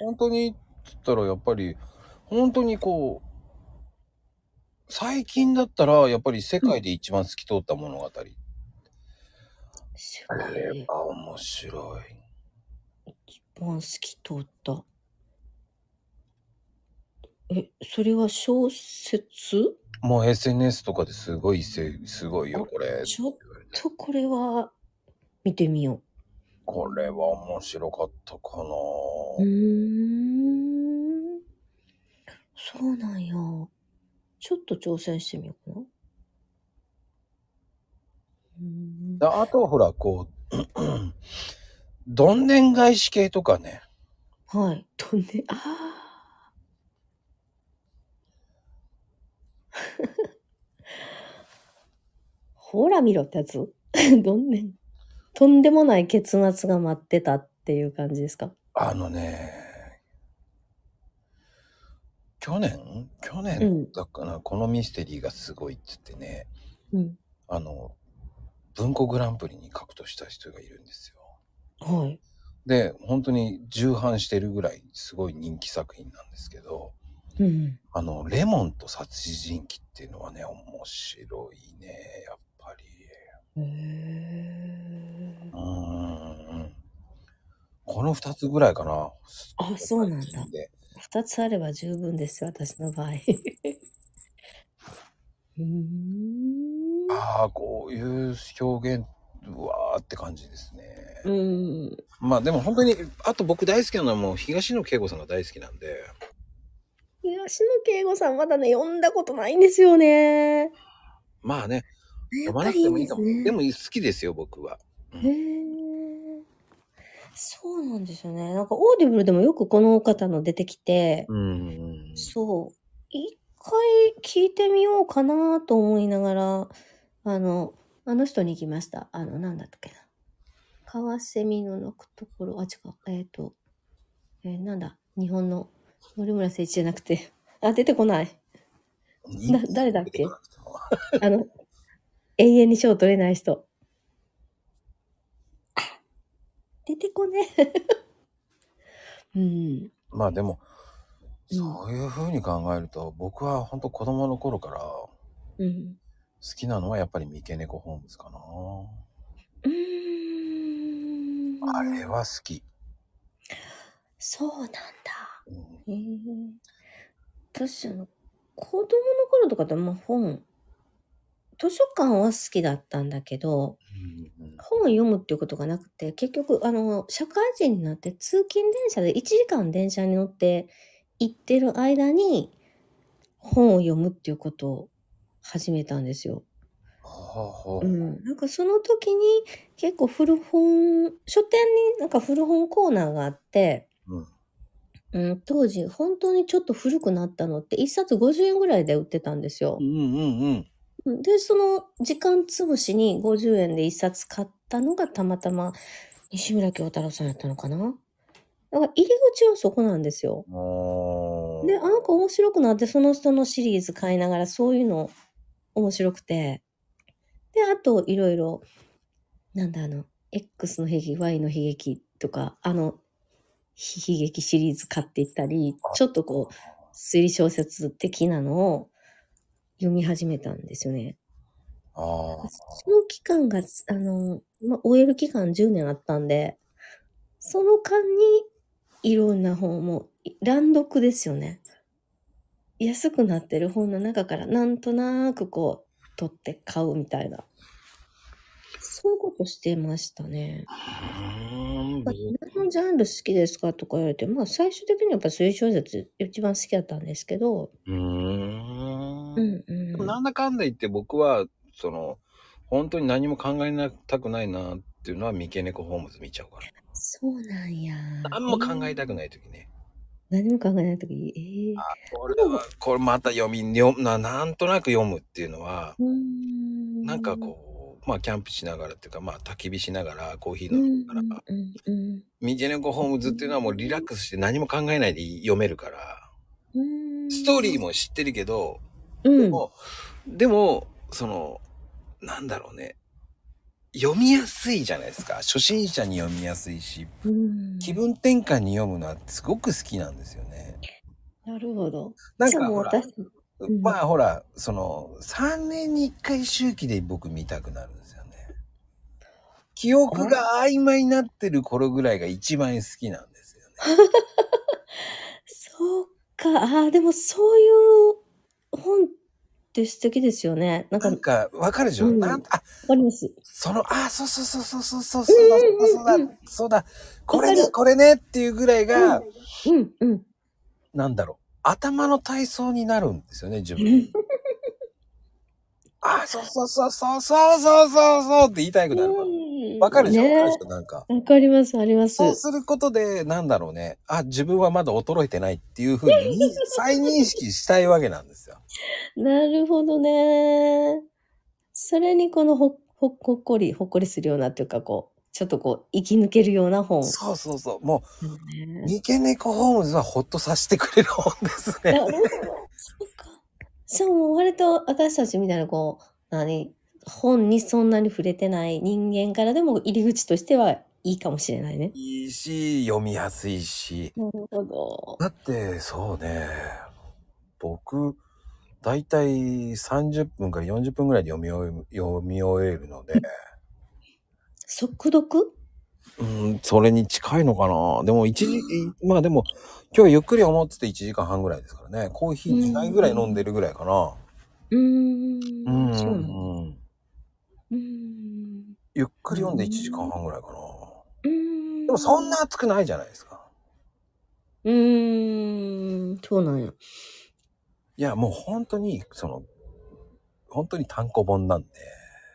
[SPEAKER 1] 本当にっつったらやっぱり本当にこう最近だったらやっぱり世界で一番透き通った物語、あれは面白い
[SPEAKER 2] 一番透き通った。え、それは小説
[SPEAKER 1] もう SNS とかですごいせ、すごいよ、これ。
[SPEAKER 2] ちょっとこれは見てみよ
[SPEAKER 1] これは面白かったか
[SPEAKER 2] う。
[SPEAKER 1] な。
[SPEAKER 2] うーん。そうなんや。ちょっと挑戦してみようかな。うーん
[SPEAKER 1] ああとはほら、こう、どんでん返し系とかね。
[SPEAKER 2] はい。とんで、ああ。 ほら見ろってやつ どんねん。とんでもない結末が待ってたっていう感じですか
[SPEAKER 1] あのね、去年去
[SPEAKER 2] う
[SPEAKER 1] 年
[SPEAKER 2] ん。
[SPEAKER 1] だっかな、このミステリーがすごいっつってね、
[SPEAKER 2] うん。
[SPEAKER 1] あの、文庫グランプリに格闘した人がいるんですよ。
[SPEAKER 2] はい。
[SPEAKER 1] で、本当に重版してるぐらいすごい人気作品なんですけど、
[SPEAKER 2] うん。
[SPEAKER 1] あの、レモンと殺人鬼っていうのはね、面白いね、やっぱり。
[SPEAKER 2] へえ
[SPEAKER 1] うーん。この二つぐらいかな。
[SPEAKER 2] あ、そうなんだ
[SPEAKER 1] 最。近で
[SPEAKER 2] 二つあれば十分ですよ、私の場 合。うーん。
[SPEAKER 1] ああ、こういう表現、うわーって感じですね。
[SPEAKER 2] うん。
[SPEAKER 1] まあでも本当に、あと僕大好きなのはもう東野圭吾さんが大好きなんで、
[SPEAKER 2] 東野圭吾さんまだね、読んだことないんですよね。
[SPEAKER 1] まあね、読
[SPEAKER 2] や
[SPEAKER 1] ま
[SPEAKER 2] っぱ
[SPEAKER 1] な
[SPEAKER 2] り
[SPEAKER 1] く
[SPEAKER 2] い
[SPEAKER 1] て
[SPEAKER 2] い
[SPEAKER 1] も
[SPEAKER 2] ん
[SPEAKER 1] いい
[SPEAKER 2] で
[SPEAKER 1] か
[SPEAKER 2] す
[SPEAKER 1] も。
[SPEAKER 2] ね。
[SPEAKER 1] でも好きですよ、僕は。う
[SPEAKER 2] へ
[SPEAKER 1] ん、
[SPEAKER 2] え。そうなんですよね。なんかオーディブルでもよくこの方の出てきて、
[SPEAKER 1] うんうんうん。
[SPEAKER 2] そう、一回聞いてみようかなと思いながら、あの、あの人に行きました。あの、なんだったっけな。カワセミの鳴くところ、あ、違う、えっ、と、えーなんだ、日本の森村誠一じゃなくて、 あ、出てこない。
[SPEAKER 1] いい
[SPEAKER 2] だ誰だっ
[SPEAKER 1] 出て
[SPEAKER 2] け
[SPEAKER 1] こなくても
[SPEAKER 2] あの、永遠に賞取れない人。 出てこね え。うん。
[SPEAKER 1] まあでも、
[SPEAKER 2] うん
[SPEAKER 1] そういうふうに考えると、僕は本当子供の頃から好
[SPEAKER 2] うん。
[SPEAKER 1] きなのはやっぱり三毛猫ホームズかな。
[SPEAKER 2] う
[SPEAKER 1] あ
[SPEAKER 2] ー
[SPEAKER 1] れ
[SPEAKER 2] ん。
[SPEAKER 1] は好き。
[SPEAKER 2] そうなんだ。
[SPEAKER 1] うん
[SPEAKER 2] へえ私、あの、子供の頃とかって、まあ、本、図書館は好きだったんだけど、
[SPEAKER 1] うんうん
[SPEAKER 2] 本を読むっていうことがなくて、結局、あの、社会人になって通勤電車で1時間電車に乗って行ってる間に本を読むっていうことを始めたんですよ。
[SPEAKER 1] ほうほう
[SPEAKER 2] う。ん、なんかその時に結構古本、書店になんか古本コーナーがあって、
[SPEAKER 1] うん
[SPEAKER 2] うん、当時本当にちょっと古くなったのって一冊50円ぐらいで売ってたんですよ
[SPEAKER 1] う。んうんうん。
[SPEAKER 2] うんで、その時間つぶしに50円で一冊買ったのがたまたま西村京太郎さんやったのかな。だから入り口はそこなんですよ。
[SPEAKER 1] おー
[SPEAKER 2] で、あなんか面白くなってその人のシリーズ買いながらそういうの面白くて。で、あといろいろなんだあの、X の悲劇、Y の悲劇とか、あの、ひ悲劇シリーズ買っていったり、ちょっとこう、推理小説的なのを読み始めたんですよね。
[SPEAKER 1] あー
[SPEAKER 2] その期間が、あの、まあ、OL 期間10年あったんで、その間にいろんな本も、い乱読ですよね。安くなってる本の中からなんとなくこう、取って買うみたいな。そういうことしてましたね。
[SPEAKER 1] うーん
[SPEAKER 2] 何のジャンル好きですかとか言われて、まあ最終的にはやっぱ推理小説一番好きだったんですけど、
[SPEAKER 1] うーん
[SPEAKER 2] うん
[SPEAKER 1] で
[SPEAKER 2] う。
[SPEAKER 1] もなんんだかんだ言って僕は、その、本当に何も考えなたくないなっていうのは三毛猫ホームズ見ちゃうから。
[SPEAKER 2] そうなんや。
[SPEAKER 1] 何も考えた
[SPEAKER 2] く
[SPEAKER 1] くない時ね。
[SPEAKER 2] 何も考えないときに、えー、
[SPEAKER 1] これは、これまた読み、読ななんとなく読むっていうのは、
[SPEAKER 2] うー
[SPEAKER 1] なんか
[SPEAKER 2] ん。
[SPEAKER 1] こう、まあキャンプしながらっていうか、まあ焚き火しながらコーヒー
[SPEAKER 2] う
[SPEAKER 1] 飲
[SPEAKER 2] ん
[SPEAKER 1] みながら、
[SPEAKER 2] うんうん
[SPEAKER 1] ミジェネコホームズっていうのはもうリラックスして何も考えないで読めるから、
[SPEAKER 2] うん。うん
[SPEAKER 1] ストーリーも知ってるけど、
[SPEAKER 2] う
[SPEAKER 1] で
[SPEAKER 2] ん。
[SPEAKER 1] も、でも、その、なんだろうね。読みやすいじゃないですか。初心者に読みやすいし、
[SPEAKER 2] うん。
[SPEAKER 1] 気分転換に読むのはすごく好きなんですよね。
[SPEAKER 2] なるほど。
[SPEAKER 1] なん
[SPEAKER 2] じゃあ
[SPEAKER 1] か
[SPEAKER 2] も
[SPEAKER 1] ほ
[SPEAKER 2] う
[SPEAKER 1] ら、
[SPEAKER 2] 私、うん
[SPEAKER 1] まあほら、その、3年に1回周期で僕見たくなるんですよね。記憶が曖昧になってる頃ぐらいが一番好きなんですよね。
[SPEAKER 2] そうか、ああ、でもそういう本って素敵ですよね。なんか、
[SPEAKER 1] な
[SPEAKER 2] わ
[SPEAKER 1] んか、わかるでしょ、
[SPEAKER 2] うん
[SPEAKER 1] なんあ、
[SPEAKER 2] かります。
[SPEAKER 1] その、あ、そうそうそうそうそうそうそうだ、そうだ、そ
[SPEAKER 2] うんうん
[SPEAKER 1] うだ、そうだ、これ
[SPEAKER 2] わか
[SPEAKER 1] ね、
[SPEAKER 2] る
[SPEAKER 1] これねっていうぐらいが、
[SPEAKER 2] うん、うん。
[SPEAKER 1] なんだろう、頭の体操になるんですよね、自分。あ、そうそうそうそうそうそうそうそうって言いたいくなる。わかるでしょわ、かる
[SPEAKER 2] ね
[SPEAKER 1] でしょなんか。
[SPEAKER 2] わかります、あります。
[SPEAKER 1] そうすることで、なんだろうね。あ、自分はまだ衰えてないっていうふうにに再認識したいわけなんですよ。
[SPEAKER 2] なるほどね。それにこのほほほっこりほっこりするようなっていうかこうちょっとこう生き抜けるような本。
[SPEAKER 1] そうそうそう。もう、
[SPEAKER 2] ね
[SPEAKER 1] 三毛猫ホームズはほっとさせてくれる本です
[SPEAKER 2] なる
[SPEAKER 1] ね。
[SPEAKER 2] ほどそっか。そうもう割と私たちみたいなこう何本にそんなに触れてない人間からでも入り口としてはいいかもしれないね。
[SPEAKER 1] いいし、読みやすいし。
[SPEAKER 2] なるほど。
[SPEAKER 1] だって、そうね。僕、だいたい30分から40分ぐらいで読み終え読み終えるので、
[SPEAKER 2] 速読
[SPEAKER 1] うん、それに近いのかな。でも、一時、まあでも、今日ゆっくり思ってて1時間半ぐらいですからね。コーヒー2杯ぐらい飲んでるぐらいかな。
[SPEAKER 2] うーん。そうなん
[SPEAKER 1] ん
[SPEAKER 2] だうーん。
[SPEAKER 1] ゆっくり読んで1時間半ぐらいかな。
[SPEAKER 2] うーん。
[SPEAKER 1] でもそんな熱くないじゃないですか。
[SPEAKER 2] うーん。そうなんや。
[SPEAKER 1] いや、もう本当に、その、本当に単行本なんで、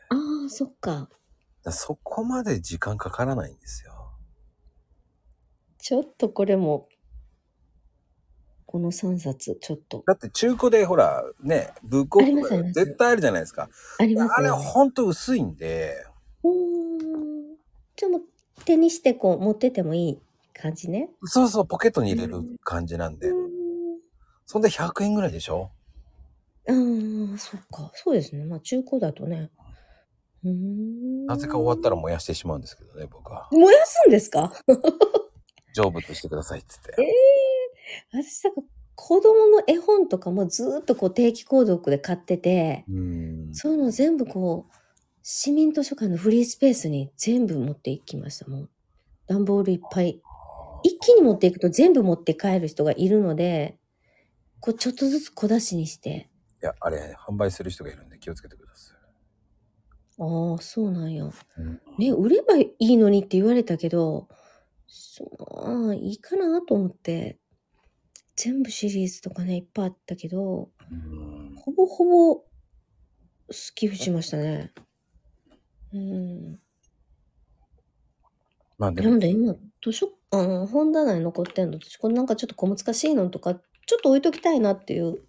[SPEAKER 2] ああ、そっか。
[SPEAKER 1] そこまで時間かからないんですよ。
[SPEAKER 2] ちょっとこれも、この3冊、ちょっと。
[SPEAKER 1] だって中古でほら、ね、ブックオフ
[SPEAKER 2] ありますあります
[SPEAKER 1] 絶対あるじゃないですか。
[SPEAKER 2] あります
[SPEAKER 1] あれ
[SPEAKER 2] ね。
[SPEAKER 1] 本当薄いんで、
[SPEAKER 2] うーん。ちょっともう手にしてこう、持っててもいい感じね。
[SPEAKER 1] そうそう、ポケットに入れる感じなん
[SPEAKER 2] う
[SPEAKER 1] で、
[SPEAKER 2] ん。
[SPEAKER 1] そんで100円ぐらいでしょ
[SPEAKER 2] うん、そっか。そうですね。まあ中古だとね。うーん。
[SPEAKER 1] なぜか終わったら燃やしてしまうんですけどね、僕は。
[SPEAKER 2] 燃やすんですか
[SPEAKER 1] 成仏してくださいっつって。
[SPEAKER 2] ええ私、なんか子供の絵本とかもずーっとこう定期購読で買ってて、
[SPEAKER 1] うん。
[SPEAKER 2] そういうの全部こう、市民図書館のフリースペースに全部持っていきましたもん。段ボールいっぱい。一気に持っていくと全部持って帰る人がいるので、こうちょっとずつ小出しにして。
[SPEAKER 1] いや、あれ、販売する人がいるんで気をつけてくださ
[SPEAKER 2] ああ、そうなんや。
[SPEAKER 1] い。
[SPEAKER 2] ね、売ればいいのにって言われたけど、そう、ああ、いいかなと思って。全部シリーズとかね、いっぱいあったけど、
[SPEAKER 1] うん
[SPEAKER 2] ほぼほぼ、スキップしましたね。うん。
[SPEAKER 1] まあで
[SPEAKER 2] なん
[SPEAKER 1] も、
[SPEAKER 2] で今、図書、あの、本棚に残ってんの、私これなんかちょっと小難しいのとか、ちょっと置いときたいなっていう、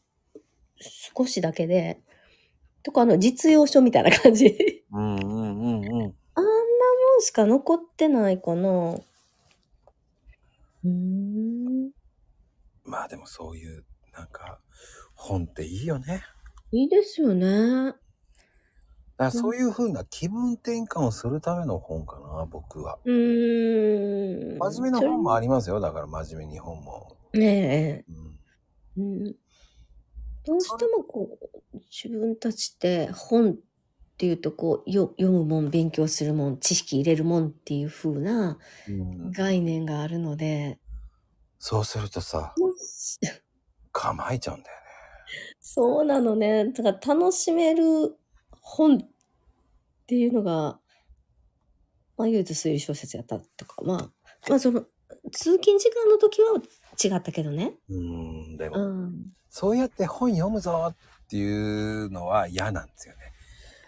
[SPEAKER 2] 少しだけで、とかあの、実用書みたいな感じ。
[SPEAKER 1] うんうんうんうん。
[SPEAKER 2] あんなもんしか残ってないかな。うーん。
[SPEAKER 1] まあでもそういう、なんか、本っていいよね。
[SPEAKER 2] いいですよ
[SPEAKER 1] だ
[SPEAKER 2] ね。
[SPEAKER 1] からそういうふうな気分転換をするための本かな、僕は。
[SPEAKER 2] うーん。
[SPEAKER 1] 真面目な本もありますよ。だから真面目に本も。
[SPEAKER 2] それねえ。
[SPEAKER 1] うん、
[SPEAKER 2] うんどうしてもこう、自分たちって本っていうとこう、よ読むもん、勉強するもん、知識入れるもんっていう風な
[SPEAKER 1] うん
[SPEAKER 2] 概念があるので、
[SPEAKER 1] そうするとさ、構えちゃうんだよね。
[SPEAKER 2] そうなのね。だから楽しめる本っていうのが、まあ、唯一推理小説やったとか、まあ、まあ、その、通勤時間の時は違ったけどね。
[SPEAKER 1] うん、で
[SPEAKER 2] う
[SPEAKER 1] も、
[SPEAKER 2] ん。
[SPEAKER 1] そうやって本読むぞっていうのは嫌なんですよね。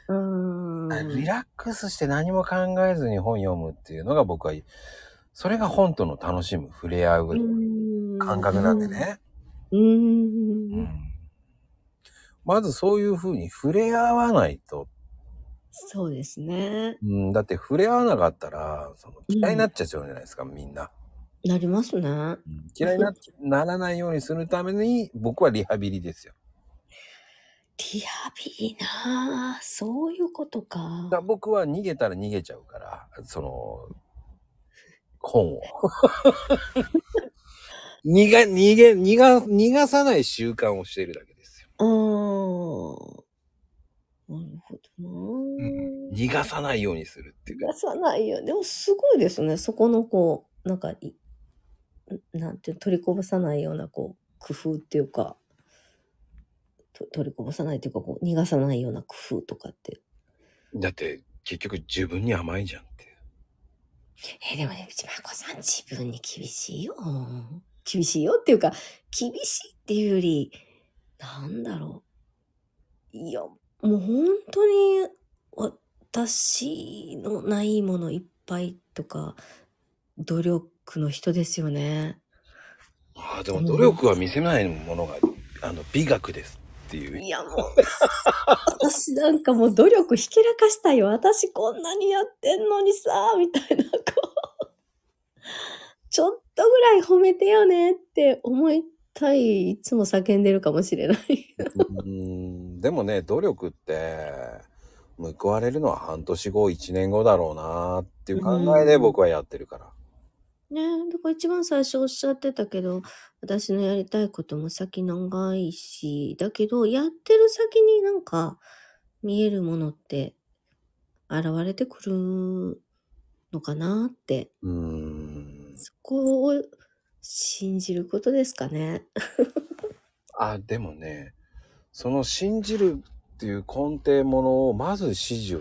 [SPEAKER 2] うん。
[SPEAKER 1] リラックスして何も考えずに本読むっていうのが僕は、それが本との楽しむ、触れ合う感覚なんでね。
[SPEAKER 2] うん。うん。
[SPEAKER 1] うんまずそういうふうに触れ合わないと、
[SPEAKER 2] そうですね。
[SPEAKER 1] うん、だって触れ合わなかったら、その嫌いになっちゃうじゃないですか、みんな。
[SPEAKER 2] なりますね。
[SPEAKER 1] 嫌いになならないようにするために、僕はリハビリですよ。
[SPEAKER 2] リハビリなあそういうことか
[SPEAKER 1] だから。僕は逃げたら逃げちゃうから、その、本 を。逃が、逃げ、逃が、逃がさない習慣をしているだけですよ。
[SPEAKER 2] うん。なるほどなあ。
[SPEAKER 1] 逃がさないようにするっていう
[SPEAKER 2] 出
[SPEAKER 1] か。
[SPEAKER 2] さないよ。でもすごいですね。そこのこう、なんかい、んなんていうの取りこぼさないようなこう、工夫っていうか、と取りこぼさないというか、こう逃がさないような工夫とかって。
[SPEAKER 1] だって、結局自分に甘いじゃんって。
[SPEAKER 2] えーでもね、内村子さん自分に厳しいよ。厳しいよっていうか、厳しいっていうより、なんだろう。いや、もう本当に私のないものいっぱいとか、努力の人ですよね。
[SPEAKER 1] ああ、でも努力は見せないものが、あの、美学ですっていう。
[SPEAKER 2] いやもう、私なんかもう努力ひけらかしたよ。私こんなにやってんのにさ、みたいな、こうちょっとぐらい褒めてよねって思いたい、いつも叫んでるかもしれない。
[SPEAKER 1] うーんでもね努力って報われるのは半年後1年後だろうなっていう考えで
[SPEAKER 2] うん
[SPEAKER 1] 僕はやってるから、
[SPEAKER 2] ねえ、だから一番最初おっしゃってたけど、私のやりたいことも先長いし、だけど、やってる先になんか見えるものって現れてくるのかなって
[SPEAKER 1] うーん
[SPEAKER 2] そこを信じることですかね。
[SPEAKER 1] あでもねその信じるっていう根底ものをまず指示を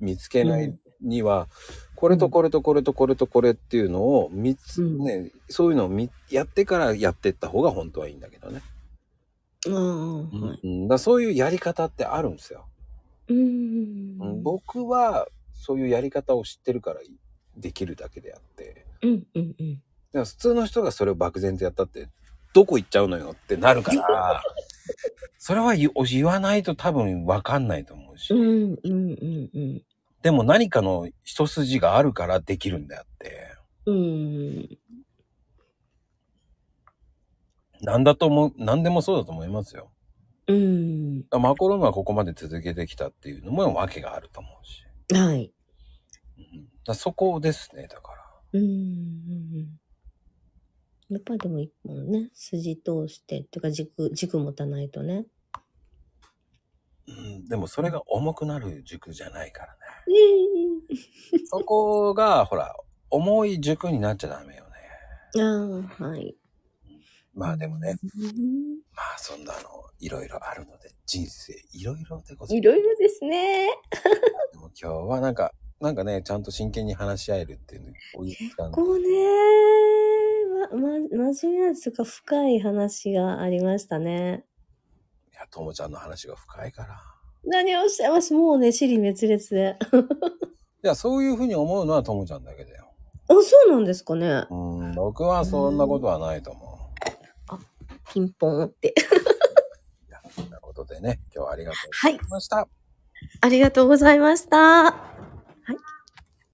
[SPEAKER 1] 見つけな
[SPEAKER 2] う
[SPEAKER 1] い
[SPEAKER 2] ん
[SPEAKER 1] には、これとこれとこれとこれとこれっていうのを3つ、
[SPEAKER 2] うん
[SPEAKER 1] ねそういうのをみやってからやってった方が本当はいいんだけどね、
[SPEAKER 2] うんうんはい。
[SPEAKER 1] うん、だからそういうやり方ってあるんですよ
[SPEAKER 2] うんう
[SPEAKER 1] うんん僕はそういうやり方を知ってるからできるだけであって
[SPEAKER 2] うんうんうん。
[SPEAKER 1] だから普通の人がそれを漠然とやったってどこ行っちゃうのよってなるからそれは言言わないと多分分かんないと思うし、
[SPEAKER 2] うんうんうんうん。
[SPEAKER 1] でも何かの一筋があるからできるんであって
[SPEAKER 2] うん。
[SPEAKER 1] 何だと思う何でもそうだと思いますよ
[SPEAKER 2] うん。
[SPEAKER 1] だからマコロームはここまで続けてきたっていうのも訳があると思うし、
[SPEAKER 2] はい。
[SPEAKER 1] うんだからそこですねだから
[SPEAKER 2] うんうんうん。やっぱりでも一本ね、筋通して、っていうか軸、軸持たないとね。
[SPEAKER 1] うんでもそれが重くなる塾じゃないからね
[SPEAKER 2] ええ
[SPEAKER 1] そこが、ほら、重い塾になっちゃダメよね。
[SPEAKER 2] ああ、はい。
[SPEAKER 1] まあでもね、
[SPEAKER 2] うん。
[SPEAKER 1] まあそんなあの、いろいろあるので、人生いろいろでござい
[SPEAKER 2] い
[SPEAKER 1] ます。
[SPEAKER 2] ろいろですね。
[SPEAKER 1] でも今日はなんか、なんかね、ちゃんと真剣に話し合えるっていうのを言ったんで、
[SPEAKER 2] こうね、ま、ま、真面目なんですか、深い話がありましたね。
[SPEAKER 1] いや、ともちゃんの話が深いから。
[SPEAKER 2] 何をおっしゃいますもうね、尻滅裂で。あ、
[SPEAKER 1] いや、そういうふうに思うのはともちゃんだけだよ。
[SPEAKER 2] そうなんですかね。
[SPEAKER 1] うん、僕はそんなことはないと思う。
[SPEAKER 2] ピンポンって。
[SPEAKER 1] いや、そんなことでね、今日はありがとう
[SPEAKER 2] はい
[SPEAKER 1] ござ。いました。
[SPEAKER 2] ありがとうございました。